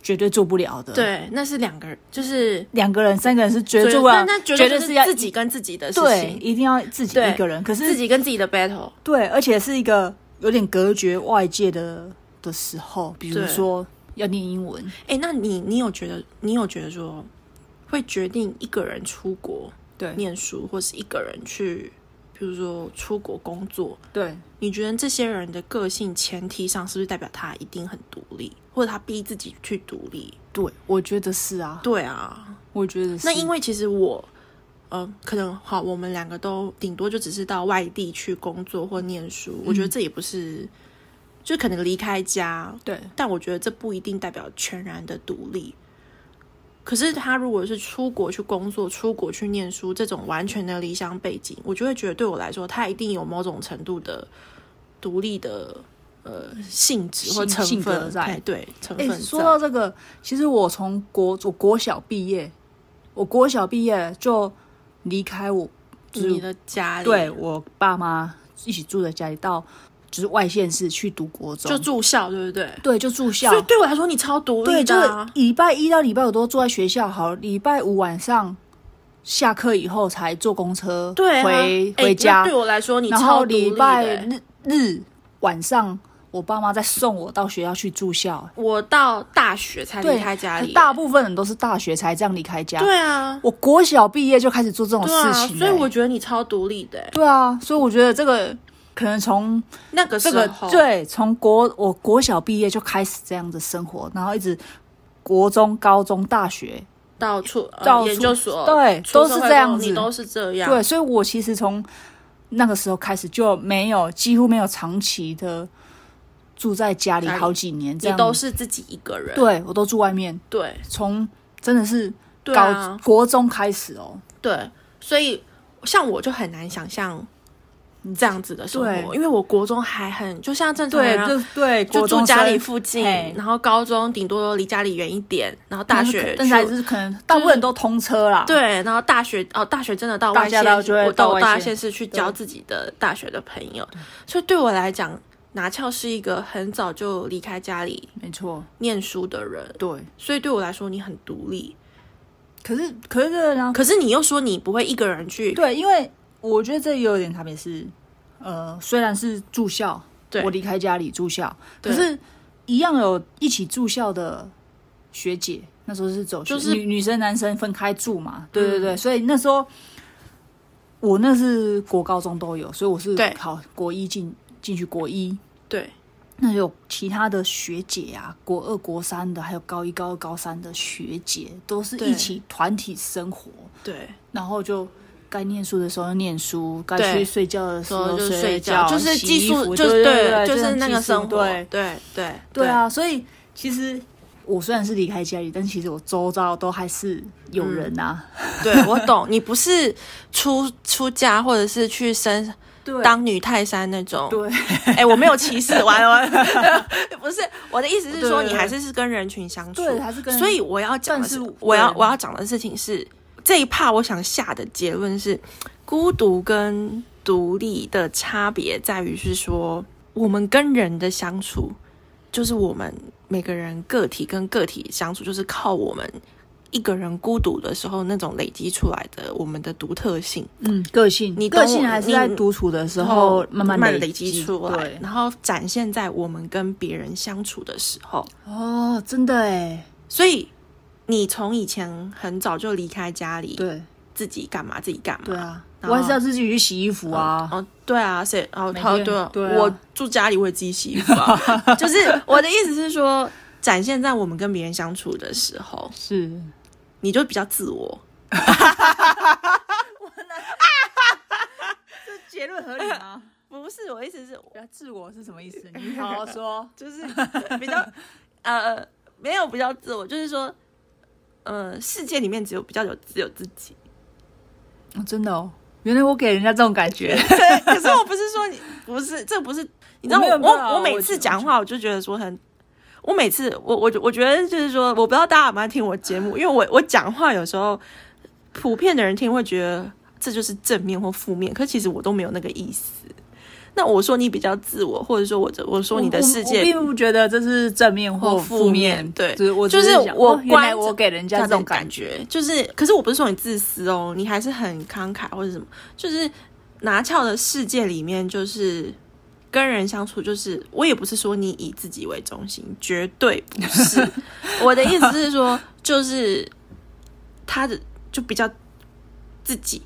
Speaker 2: 绝对做不了的。，
Speaker 1: 对，那是两个人，就是
Speaker 2: 两个人、三个人是绝对做不
Speaker 1: 那
Speaker 2: 了，
Speaker 1: 那绝
Speaker 2: 绝
Speaker 1: 对
Speaker 2: 对
Speaker 1: 就是
Speaker 2: 要
Speaker 1: 自己跟自己的事
Speaker 2: 对，
Speaker 1: 情，
Speaker 2: 一定要自己
Speaker 1: 对
Speaker 2: 一个人。可是
Speaker 1: 自己跟自己的 battle。
Speaker 2: 对，而且是一个有点隔绝外界的的时候，比如
Speaker 1: 对
Speaker 2: 说要念英文，
Speaker 1: 哎、那你你有觉得你有觉得说会决定一个人出国
Speaker 2: 对
Speaker 1: 念书，或是一个人去，比如说出国工作？
Speaker 2: 对
Speaker 1: 你觉得这些人的个性前提上，是不是代表他一定很独立，或者他逼自己去独立？
Speaker 2: 对，我觉得是啊，
Speaker 1: 对啊，
Speaker 2: 我觉得是。
Speaker 1: 那因为其实我，呃，可能好，我们两个都顶多就只是到外地去工作或念书，我觉得这也不是，就可能离开家，
Speaker 2: 对
Speaker 1: 但我觉得这不一定代表全然的独立。可是他如果是出国去工作、出国去念书这种完全的理想背景，我就会觉得对我来说，他一定有某种程度的独立的呃性质或
Speaker 2: 性
Speaker 1: 成
Speaker 2: 性格
Speaker 1: 分
Speaker 2: 在
Speaker 1: 哎对成
Speaker 2: 哎、
Speaker 1: 分在。
Speaker 2: 说到这个，其实我从国我国小毕业，我国小毕业就离开我，就是
Speaker 1: 你的家里，
Speaker 2: 对我爸妈一起住在家里，到就是外县市去读国中，
Speaker 1: 就住校，对不对？
Speaker 2: 对就住校
Speaker 1: 所以，对我来说，你超独
Speaker 2: 对，
Speaker 1: 立
Speaker 2: 就
Speaker 1: 的、
Speaker 2: 是
Speaker 1: 啊。
Speaker 2: 礼拜一到礼拜五都住在学校，好，礼拜五晚上下课以后才坐公车
Speaker 1: 对啊、
Speaker 2: 回、
Speaker 1: 哎
Speaker 2: 回家
Speaker 1: 那，对我来说，你
Speaker 2: 然
Speaker 1: 超
Speaker 2: 后
Speaker 1: 独立
Speaker 2: 礼
Speaker 1: 的
Speaker 2: 拜
Speaker 1: 哎
Speaker 2: 日日晚上，我爸妈再送我到学校去住校。
Speaker 1: 我到大学才离
Speaker 2: 对，
Speaker 1: 开家里，欸
Speaker 2: 大部分人都是大学才这样离开家。
Speaker 1: 对啊，
Speaker 2: 我国小毕业就开始做这种
Speaker 1: 对
Speaker 2: 事
Speaker 1: 啊，
Speaker 2: 情、
Speaker 1: 所以
Speaker 2: 哎
Speaker 1: 我觉得你超独立的、哎
Speaker 2: 对啊，所以我觉得这个可能从
Speaker 1: 那个时
Speaker 2: 这个
Speaker 1: 候，
Speaker 2: 对，从国我国小毕业就开始这样的生活，然后一直国中、高中、大学，
Speaker 1: 到处呃
Speaker 2: 到处
Speaker 1: 研究所，
Speaker 2: 对
Speaker 1: 出
Speaker 2: 都
Speaker 1: 社
Speaker 2: 是
Speaker 1: 会
Speaker 2: 这样
Speaker 1: 后你
Speaker 2: 子
Speaker 1: 都是这样，
Speaker 2: 对，所以我其实从那个时候开始就没有几乎没有长期的住在家里
Speaker 1: 家里
Speaker 2: 好几年，这
Speaker 1: 你
Speaker 2: 样
Speaker 1: 都是自己一个人，
Speaker 2: 对我都住外面，
Speaker 1: 对
Speaker 2: 从真的是
Speaker 1: 对
Speaker 2: 高、
Speaker 1: 啊，
Speaker 2: 国中开始哦，
Speaker 1: 对，啊所以像我就很难想象这样子的生活，
Speaker 2: 对
Speaker 1: 因为我国中还很就像正常人啊。
Speaker 2: 对，
Speaker 1: 就
Speaker 2: 国
Speaker 1: 住
Speaker 2: 中
Speaker 1: 家里
Speaker 2: 生
Speaker 1: 附近
Speaker 2: 嘿，
Speaker 1: 然后高中顶多离家里远一点，然后大
Speaker 2: 但是
Speaker 1: 学
Speaker 2: 可但是
Speaker 1: 去
Speaker 2: 还是可能大部分人都通车啦，
Speaker 1: 对，然后大学哦，大学真的到
Speaker 2: 大
Speaker 1: 外
Speaker 2: 家
Speaker 1: 县
Speaker 2: 都就会
Speaker 1: 我
Speaker 2: 到
Speaker 1: 到
Speaker 2: 外
Speaker 1: 大
Speaker 2: 县
Speaker 1: 县市去交自己的大学的朋友，所以对我来讲，拿翘是一个很早就离开家里
Speaker 2: 没错，
Speaker 1: 念书的人，
Speaker 2: 对。
Speaker 1: 所以对我来说你很独立。
Speaker 2: 可是可是这个呢？
Speaker 1: 可是你又说你不会一个人去，
Speaker 2: 对，因为我觉得这有点差别是，呃，虽然是住校，
Speaker 1: 对
Speaker 2: 我离开家里住校，可
Speaker 1: 对
Speaker 2: 是一样有一起住校的学姐，那时候是走学
Speaker 1: 就是嗯
Speaker 2: 女女生男生分开住嘛，对对对，所以那时候我那是国高中都有，所以我是
Speaker 1: 对
Speaker 2: 考国一进进去国一。
Speaker 1: 对
Speaker 2: 那有其他的学姐啊，国二、国三的，还有高一、高二、高三的学姐，都是
Speaker 1: 对
Speaker 2: 一起团体生活。
Speaker 1: 对，
Speaker 2: 然后就该念书的时候念书，该
Speaker 1: 对
Speaker 2: 去睡觉的时
Speaker 1: 说
Speaker 2: 候
Speaker 1: 就
Speaker 2: 睡
Speaker 1: 睡觉，就是
Speaker 2: 洗
Speaker 1: 技
Speaker 2: 衣
Speaker 1: 术，
Speaker 2: 服
Speaker 1: 就
Speaker 2: 对对，这
Speaker 1: 就是
Speaker 2: 样
Speaker 1: 那
Speaker 2: 寄
Speaker 1: 个
Speaker 2: 宿
Speaker 1: 生活，
Speaker 2: 对
Speaker 1: 对对
Speaker 2: 对，啊，所以其实我虽然是离开家里，但其实我周遭都还是有人啊，
Speaker 1: 对我懂，你不是出出家或者是去生
Speaker 2: 对
Speaker 1: 当女泰山那种，
Speaker 2: 对
Speaker 1: [laughs] 哎、我没有 [laughs] 歧视，完了完了，不是我的意思是说，
Speaker 2: 对对
Speaker 1: 你还是是跟人群相处，
Speaker 2: 对，还是跟
Speaker 1: 所以我要讲的
Speaker 2: 但
Speaker 1: 是
Speaker 2: 是，
Speaker 1: 我要
Speaker 2: 对
Speaker 1: 我要讲的事情是，这一趴我想下的结论是，孤独跟独立的差别在于是说，我们跟人的相处，就是我们每个人个体跟个体相处，就是靠我们。一个人孤独的时候，那种累积出来的我们的独特性，
Speaker 2: 嗯个性，
Speaker 1: 你懂
Speaker 2: 个性还是在
Speaker 1: 你
Speaker 2: 独处的时候慢
Speaker 1: 慢
Speaker 2: 累
Speaker 1: 累积出来
Speaker 2: 对，
Speaker 1: 然后展现在我们跟别人相处的时候。
Speaker 2: 哦，真的哎，
Speaker 1: 所以你从以前很早就离开家里，
Speaker 2: 对
Speaker 1: 自己干嘛自己干嘛，
Speaker 2: 对啊，
Speaker 1: 然
Speaker 2: 我
Speaker 1: 后
Speaker 2: 还是要自己去洗衣服啊，
Speaker 1: 哦，对啊，谁哦，
Speaker 2: 每
Speaker 1: 他
Speaker 2: 天
Speaker 1: 对,、啊
Speaker 2: 对啊
Speaker 1: 我住家里我也自己洗衣
Speaker 2: [laughs]
Speaker 1: 服啊，就是我的意思是说，展现在我们跟别人相处的时候，
Speaker 2: 是。
Speaker 1: 你就比较自我，
Speaker 2: 结论合理吗？ [laughs]
Speaker 1: 不是我意思是，。
Speaker 2: 不要自我是什么意思？你好好说
Speaker 1: 就是比 [laughs] 较呃没有比较自我，就是说呃世界里面只有比较有只有自己。
Speaker 2: 哦真的哦，原来我给人家这种感觉。
Speaker 1: 对， [laughs] 可是我不是说你不是，这不是你知
Speaker 2: 我
Speaker 1: 道
Speaker 2: 没
Speaker 1: 我
Speaker 2: 有办法
Speaker 1: 我我每
Speaker 2: 我
Speaker 1: 次
Speaker 2: 就
Speaker 1: 讲话我就觉得说很，我每次我我我觉得就是说，我不知道大家有没有听我节目，因为我我讲话有时候普遍的人听会觉得这就是正面或负面，可其实我都没有那个意思。那我说你比较自我，或者说我这我说你的
Speaker 2: 我
Speaker 1: 世界
Speaker 2: 我并不觉得这是正面
Speaker 1: 或
Speaker 2: 或
Speaker 1: 负
Speaker 2: 负
Speaker 1: 面
Speaker 2: 面，
Speaker 1: 对
Speaker 2: 就是我
Speaker 1: 就
Speaker 2: 只
Speaker 1: 是
Speaker 2: 想
Speaker 1: 我
Speaker 2: 哦原来
Speaker 1: 观
Speaker 2: 我给人家
Speaker 1: 他
Speaker 2: 这
Speaker 1: 这种
Speaker 2: 种
Speaker 1: 感
Speaker 2: 感
Speaker 1: 觉，就是，可是我不是说你自私哦，你还是很慷慨或者什么，就是拿翘的世界里面，就是跟人相处，就是我也不是说你以自己为中心，绝对不 [laughs] 是。我的意思是说，就是他的就比较自己。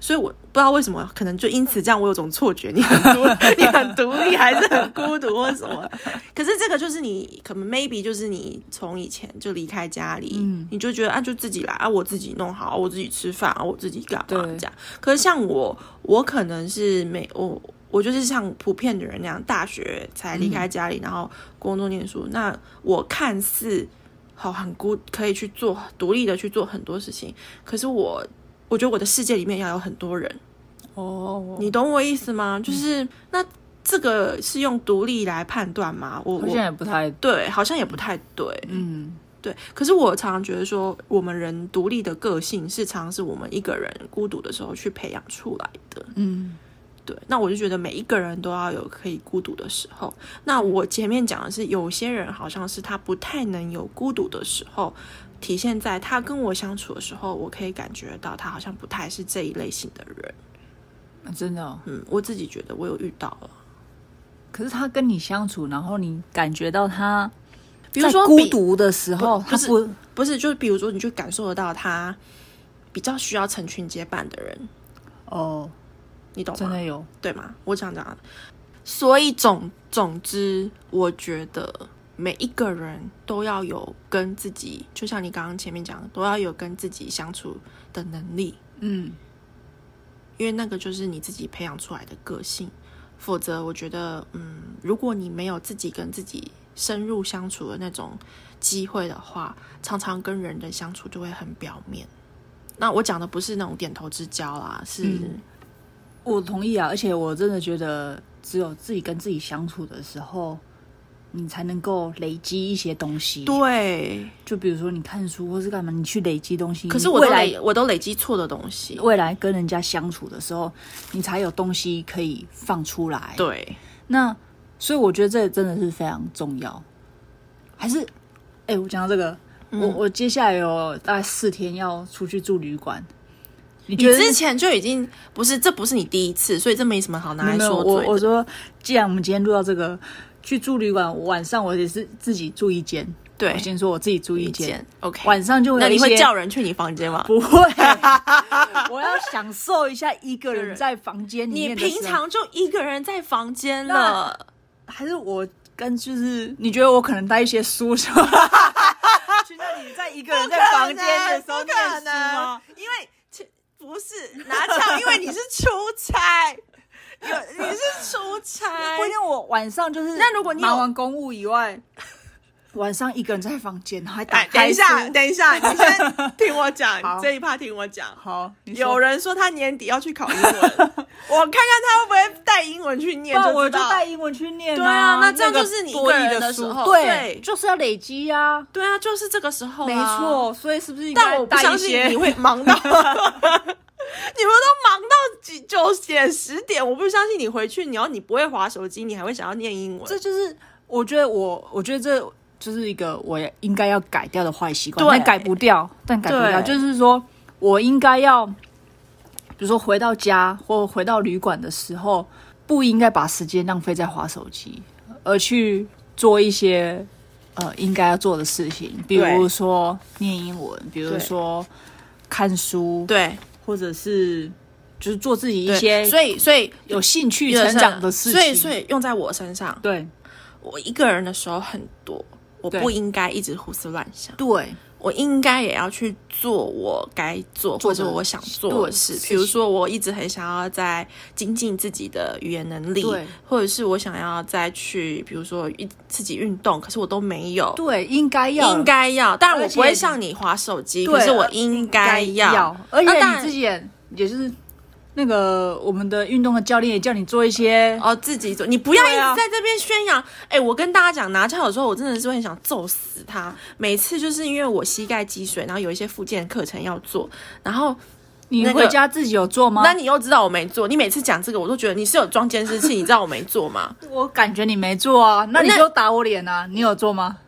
Speaker 1: 所以我不知道为什么，可能就因此这样，我有种错觉，你很独，你很独立，还是很孤独，或什么？可是这个就是你，可能 maybe 就是你从以前就离开家里，
Speaker 2: 嗯
Speaker 1: 你就觉得啊，就自己来啊，我自己弄好，我自己吃饭，啊我自己干嘛
Speaker 2: 对
Speaker 1: 这样。可是像我，我可能是没我。我就是像普遍的人那样，大学才离开家里，然后工作念书。那我看似好很孤，可以去做独立的去做很多事情，可是我我觉得我的世界里面要有很多人，
Speaker 2: 哦，
Speaker 1: 你懂我意思
Speaker 2: 嗯
Speaker 1: 吗？就是、那这个是用独立来判断吗？我
Speaker 2: 好像
Speaker 1: 我
Speaker 2: 也不太
Speaker 1: 对，好像也不太对，
Speaker 2: 嗯，
Speaker 1: 对。可是我常常觉得说，我们人独立的个性是常常是我们一个人孤独的时候去培养出来的。
Speaker 2: 嗯，
Speaker 1: 对，那我就觉得每一个人都要有可以孤独的时候。那我前面讲的是，有些人好像是他不太能有孤独的时候，体现在他跟我相处的时候，我可以感觉到他好像不太是这一类型的人。
Speaker 2: 啊真的、哦。
Speaker 1: 嗯，我自己觉得我有遇到了，
Speaker 2: 可是他跟你相处，然后你感觉到他
Speaker 1: 比如
Speaker 2: 在
Speaker 1: 说
Speaker 2: 孤
Speaker 1: 比，
Speaker 2: 独的时候，
Speaker 1: 不
Speaker 2: 他
Speaker 1: 是
Speaker 2: 不
Speaker 1: 不是，就是比如说，你就感受得到他比较需要成群结伴的人，
Speaker 2: 哦，
Speaker 1: 你懂
Speaker 2: 真
Speaker 1: 吗？
Speaker 2: 的有
Speaker 1: 对吗？我想讲，啊所以总总之，我觉得每一个人都要有跟自己，就像你刚刚前面讲的，都要有跟自己相处的能力，
Speaker 2: 嗯，
Speaker 1: 因为那个就是你自己培养出来的个性。否则，我觉得，嗯，如果你没有自己跟自己深入相处的那种机会的话，常常跟人的相处就会很表面。那我讲的不是那种点头之交啦，是、
Speaker 2: 嗯我同意啊，而且我真的觉得，只有自己跟自己相处的时候，你才能够累积一些东西。，
Speaker 1: 对。
Speaker 2: 就比如说你看书或是干嘛，你去累积东西。
Speaker 1: 可是
Speaker 2: 你
Speaker 1: 我都
Speaker 2: 未来
Speaker 1: 累，我都累积错的东西。
Speaker 2: 未来跟人家相处的时候，你才有东西可以放出来。，
Speaker 1: 对，
Speaker 2: 那所以我觉得这真的是非常重要。还是，哎、我讲到这个，
Speaker 1: 嗯
Speaker 2: 我我接下来有大概四天要出去住旅馆。你
Speaker 1: 你
Speaker 2: 觉得
Speaker 1: 之前就已经不是，这不是你第一次，所以这没什么好拿来
Speaker 2: 没有？
Speaker 1: 说
Speaker 2: 我
Speaker 1: 嘴
Speaker 2: 我
Speaker 1: 的。
Speaker 2: 说，既然我们今天录到这个，去住旅馆，我晚上我也是自己住一间。
Speaker 1: 对
Speaker 2: 我，先说我自己住一
Speaker 1: 意
Speaker 2: 间
Speaker 1: 见，OK。
Speaker 2: 晚上就会
Speaker 1: 那
Speaker 2: 有
Speaker 1: 你
Speaker 2: 一
Speaker 1: 会
Speaker 2: 些
Speaker 1: 叫人去你房间吗？
Speaker 2: 不
Speaker 1: [laughs]
Speaker 2: 会？我要享受一下一个人在房间里
Speaker 1: 你
Speaker 2: 面的时候。
Speaker 1: 平常就一个人在房间了，
Speaker 2: 还是我跟就是你觉得我可能带一些书是吧？去 [laughs] 那里在一个人在房间的时候
Speaker 1: 不可
Speaker 2: 念书
Speaker 1: 能
Speaker 2: 吗？，
Speaker 1: 因为其不是拿翘，因为你是出
Speaker 2: [laughs]
Speaker 1: 差，有你是出差
Speaker 2: 不一。定，我晚上就是
Speaker 1: 那如果你有
Speaker 2: 忙完公务以外，晚上一个人在房间，然后还打
Speaker 1: 哎，
Speaker 2: 开
Speaker 1: 等一下，
Speaker 2: 书
Speaker 1: 等一下， [laughs] 你先听我讲，
Speaker 2: 好
Speaker 1: 这一趴听我讲。
Speaker 2: 好，你说
Speaker 1: 有人说他年底要去考 [laughs] 英文，我看看他会不会带英文去念
Speaker 2: 不然
Speaker 1: 就
Speaker 2: 我
Speaker 1: 知
Speaker 2: 就
Speaker 1: 道。
Speaker 2: 带英文去念、
Speaker 1: 对啊
Speaker 2: 啊，
Speaker 1: 那这样
Speaker 2: 个
Speaker 1: 就是你一个
Speaker 2: 多益
Speaker 1: 人的
Speaker 2: 的
Speaker 1: 时
Speaker 2: 书
Speaker 1: 候对
Speaker 2: 对，就是要累积啊，
Speaker 1: 对啊，就是这个时候、
Speaker 2: 没。错，所以是不是应该
Speaker 1: 但我不
Speaker 2: 带一
Speaker 1: 相
Speaker 2: 些
Speaker 1: 信你会忙 [laughs] 到，你们都忙到几九点十点，我不相信你回去，你要你不会划手机，你还会想要念英文。
Speaker 2: 这就是我觉得我，我觉得这就是一个我应该要改掉的坏习惯，
Speaker 1: 对
Speaker 2: 但改不掉，但改不掉，
Speaker 1: 对
Speaker 2: 就是说我应该要，比如说回到家或回到旅馆的时候，不应该把时间浪费在划手机，而去做一些呃应该要做的事情，比如
Speaker 1: 对
Speaker 2: 说念英文，比如
Speaker 1: 对
Speaker 2: 说看书，
Speaker 1: 对
Speaker 2: 或者是就是做自己一
Speaker 1: 对，
Speaker 2: 些
Speaker 1: 所以所以
Speaker 2: 有兴趣成长的事情，
Speaker 1: 所以所以用在我身上，
Speaker 2: 对
Speaker 1: 我一个人的时候很多，我
Speaker 2: 对
Speaker 1: 不应该一直胡思乱想。
Speaker 2: 对
Speaker 1: 我应该也要去做我该做
Speaker 2: 做
Speaker 1: 或
Speaker 2: 的
Speaker 1: 者我想做的事
Speaker 2: 对事。情
Speaker 1: 比如说，我一直很想要在精进自己的语言能力
Speaker 2: 对，
Speaker 1: 或者是我想要再去，比如说一自己运动，可是我都没有。
Speaker 2: 对，应该要，
Speaker 1: 应该要，但
Speaker 2: 而
Speaker 1: 我
Speaker 2: 且
Speaker 1: 不会像你划手机，
Speaker 2: 对
Speaker 1: 可是我应该要。
Speaker 2: 而且
Speaker 1: 那当然
Speaker 2: 你自己也也就是那个我们的运动的教练也叫你做一些，
Speaker 1: 哦，自己做，你不要一
Speaker 2: 对啊
Speaker 1: 直在这边宣扬。哎、我跟大家讲，拿翘的时候，我真的是会很想揍死他。每次就是因为我膝盖积水，然后有一些复健课程要做，然后
Speaker 2: 你
Speaker 1: 那个
Speaker 2: 回家自己有做吗？
Speaker 1: 那你又知道我没做，你每次讲这个，我都觉得你是有装监视器，你知道我没
Speaker 2: [laughs]
Speaker 1: 做吗？
Speaker 2: 我感觉你没做啊，那你
Speaker 1: 那
Speaker 2: 就打我脸啊，你有做吗？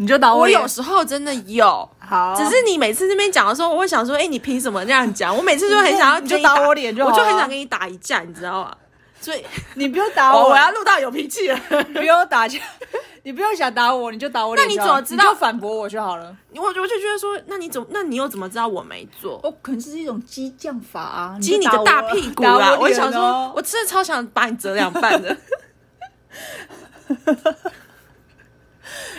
Speaker 2: 你就打
Speaker 1: 我
Speaker 2: 脸，
Speaker 1: 有时候真的有，
Speaker 2: 好，
Speaker 1: 只是你每次这边讲的时候，我会想说，哎、你凭什么这样讲？我每次就很想要
Speaker 2: 你就
Speaker 1: 跟你打
Speaker 2: 打我脸就好
Speaker 1: 我
Speaker 2: 啊
Speaker 1: 就很想跟你打一架，你知道吗？所以，
Speaker 2: 你不用打
Speaker 1: 哦，
Speaker 2: 我，
Speaker 1: 我要录到有脾气了。
Speaker 2: 你不用打架， [laughs] 你不用想打我，你就打我脸
Speaker 1: 那你
Speaker 2: 就好
Speaker 1: 怎么知道
Speaker 2: 你就反驳我就好了。
Speaker 1: [laughs] 我我就觉得说，那你怎么，那你又怎么知道我没做？
Speaker 2: 哦，可能是一种激将法啊，
Speaker 1: 激你
Speaker 2: 就打
Speaker 1: 个
Speaker 2: 我
Speaker 1: 大屁股
Speaker 2: 打
Speaker 1: 啦！
Speaker 2: 我
Speaker 1: 我
Speaker 2: 脸
Speaker 1: 想说
Speaker 2: 哦，
Speaker 1: 我真的超想把你折两半的。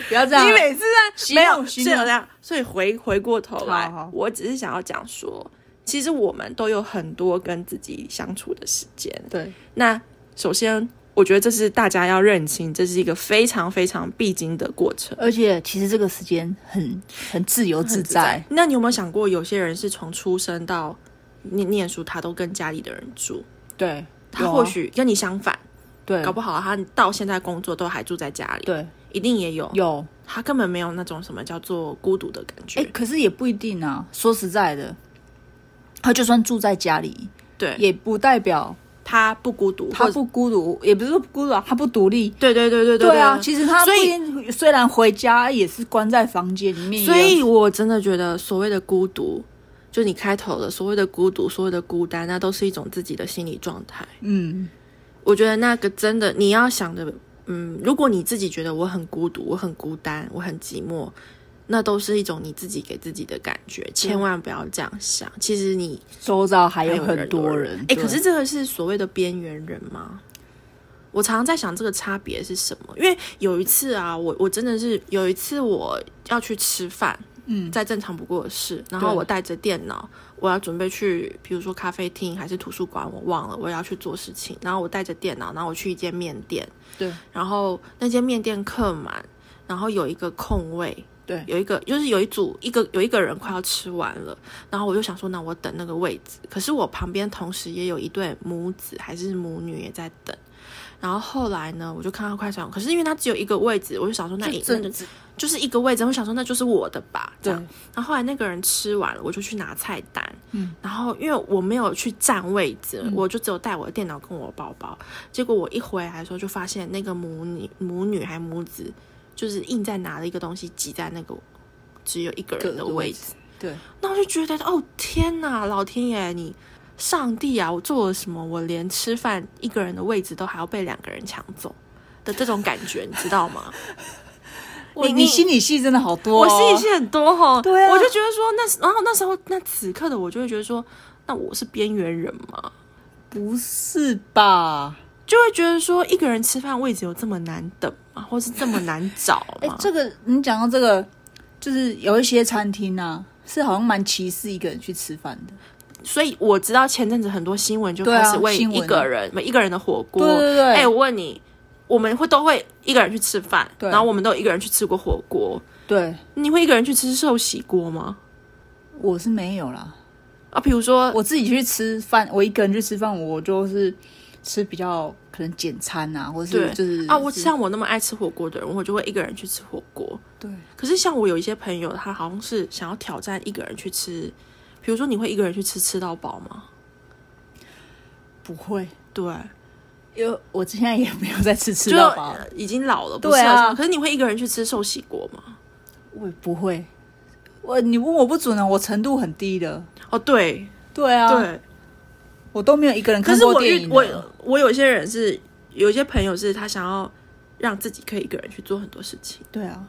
Speaker 2: 不要这样，
Speaker 1: 你每次在
Speaker 2: 息
Speaker 1: 没
Speaker 2: 怒
Speaker 1: 有
Speaker 2: 息
Speaker 1: 是
Speaker 2: 怒
Speaker 1: 有这样，所以回回过头来
Speaker 2: 好好，
Speaker 1: 我只是想要讲说，其实我们都有很多跟自己相处的时间。
Speaker 2: 对
Speaker 1: 那首先，我觉得这是大家要认清，这是一个非常非常必经的过程。
Speaker 2: 而且其实这个时间很很自由自在，
Speaker 1: 那你有没有想过，有些人是从出生到念念书，他都跟家里的人住，
Speaker 2: 对，
Speaker 1: 他
Speaker 2: 有啊
Speaker 1: 或许跟你相反，
Speaker 2: 对
Speaker 1: 搞不好他到现在工作都还住在家里，，
Speaker 2: 对
Speaker 1: 一定也有，
Speaker 2: 有，
Speaker 1: 他根本没有那种什么叫做孤独的感觉。
Speaker 2: 哎，可是也不一定啊。说实在的，他就算住在家里，
Speaker 1: 对，
Speaker 2: 也不代表
Speaker 1: 他不孤独，
Speaker 2: 他
Speaker 1: 或者
Speaker 2: 不孤独，也不是说不孤独啊，他不独立。
Speaker 1: 对对对对对
Speaker 2: 对啊，其实他
Speaker 1: 所以
Speaker 2: 不一定虽然回家也是关在房间里面，
Speaker 1: 所
Speaker 2: 也有
Speaker 1: 以我真的觉得所谓的孤独，就你开头的所谓的孤独，所谓的孤单，那都是一种自己的心理状态。
Speaker 2: 嗯，
Speaker 1: 我觉得那个真的你要想的，嗯，如果你自己觉得我很孤独，我很孤单，我很寂寞。那都是一种你自己给自己的感觉，千万不要这样想。其实你
Speaker 2: 周遭还
Speaker 1: 还
Speaker 2: 有很多人。
Speaker 1: 哎、
Speaker 2: 对
Speaker 1: 可是这个是所谓的边缘人吗？我常常在想这个差别是什么，因为有一次啊，我我真的是有一次我要去吃饭，
Speaker 2: 嗯，
Speaker 1: 再正常不过的事，然后
Speaker 2: 对
Speaker 1: 我带着电脑，我要准备去，比如说咖啡厅还是图书馆，我忘了，我也要去做事情，然后我带着电脑，然后我去一间面店，
Speaker 2: 对
Speaker 1: 然后那间面店客满，然后有一个空位，
Speaker 2: 对
Speaker 1: 有一个就是有一组一个有一个人快要吃完了，然后我就想说，那我等那个位置。可是我旁边同时也有一对母子还是母女也在等。然后后来呢，我就看到快餐，可是因为它只有一个位置，我就想说那一
Speaker 2: 就真的
Speaker 1: 就是一个位置，我想说那就是我的吧，这
Speaker 2: 对
Speaker 1: 样。然后后来那个人吃完了，我就去拿菜单，
Speaker 2: 嗯，
Speaker 1: 然后因为我没有去占位置，我就只有带我的电脑跟我包包。结果我一回来的时候，就发现那个母女母女还母子，就是硬在拿了一个东西挤在那个只有一个人的位置。
Speaker 2: 对，
Speaker 1: 那我就觉得，哦天哪，老天爷，你上帝啊！我做了什么？我连吃饭一个人的位置都还要被两个人抢走的这种感觉，你知道吗？
Speaker 2: 你你心理戏真的好多、哦，
Speaker 1: 我心里戏很多吼，
Speaker 2: 对啊
Speaker 1: 我就觉得说那时，然后那时候那此刻的我就会觉得说，那我是边缘人嘛，
Speaker 2: 不是吧？
Speaker 1: 就会觉得说一个人吃饭位置有这么难等吗？或是这么难找
Speaker 2: [laughs] 哎、
Speaker 1: 吗？
Speaker 2: 这个你讲到这个，就是有一些餐厅啊，是好像蛮歧视一个人去吃饭的。
Speaker 1: 所以我知道前阵子很多新闻就
Speaker 2: 对
Speaker 1: 开
Speaker 2: 啊
Speaker 1: 始为
Speaker 2: 新闻
Speaker 1: 一个人每一个人的火锅，
Speaker 2: 对对对
Speaker 1: 哎，我问你，我们会都会一个人去吃饭，
Speaker 2: 对
Speaker 1: 然后我们都有一个人去吃过火锅，
Speaker 2: 对，
Speaker 1: 你会一个人去吃寿喜锅吗？
Speaker 2: 我是没有啦，
Speaker 1: 啊，比如说
Speaker 2: 我自己去吃饭，我一个人去吃饭，我就是吃比较可能简餐啊，或
Speaker 1: 对
Speaker 2: 是就是
Speaker 1: 啊，我
Speaker 2: 是
Speaker 1: 像我那么爱吃火锅的人，我就会一个人去吃火锅。
Speaker 2: 对
Speaker 1: 可是像我有一些朋友，他好像是想要挑战一个人去吃，比如说你会一个人去吃吃到饱吗？
Speaker 2: 不会，
Speaker 1: 对，
Speaker 2: 因为我现在也没有在吃吃
Speaker 1: 就
Speaker 2: 到饱，
Speaker 1: 呃已经老了，不
Speaker 2: 对
Speaker 1: 适合
Speaker 2: 啊
Speaker 1: 上可是你会一个人去吃寿喜锅吗？
Speaker 2: 我也不会。我你问我不准啊，我程度很低的。
Speaker 1: 哦，对
Speaker 2: 对啊，
Speaker 1: 对，
Speaker 2: 我都没有一个人
Speaker 1: 可
Speaker 2: 看
Speaker 1: 是
Speaker 2: 过
Speaker 1: 我
Speaker 2: 电
Speaker 1: 遇
Speaker 2: 影啊的。
Speaker 1: 我我有些人是有一些朋友是他想要让自己可以一个人去做很多事情，
Speaker 2: 对啊，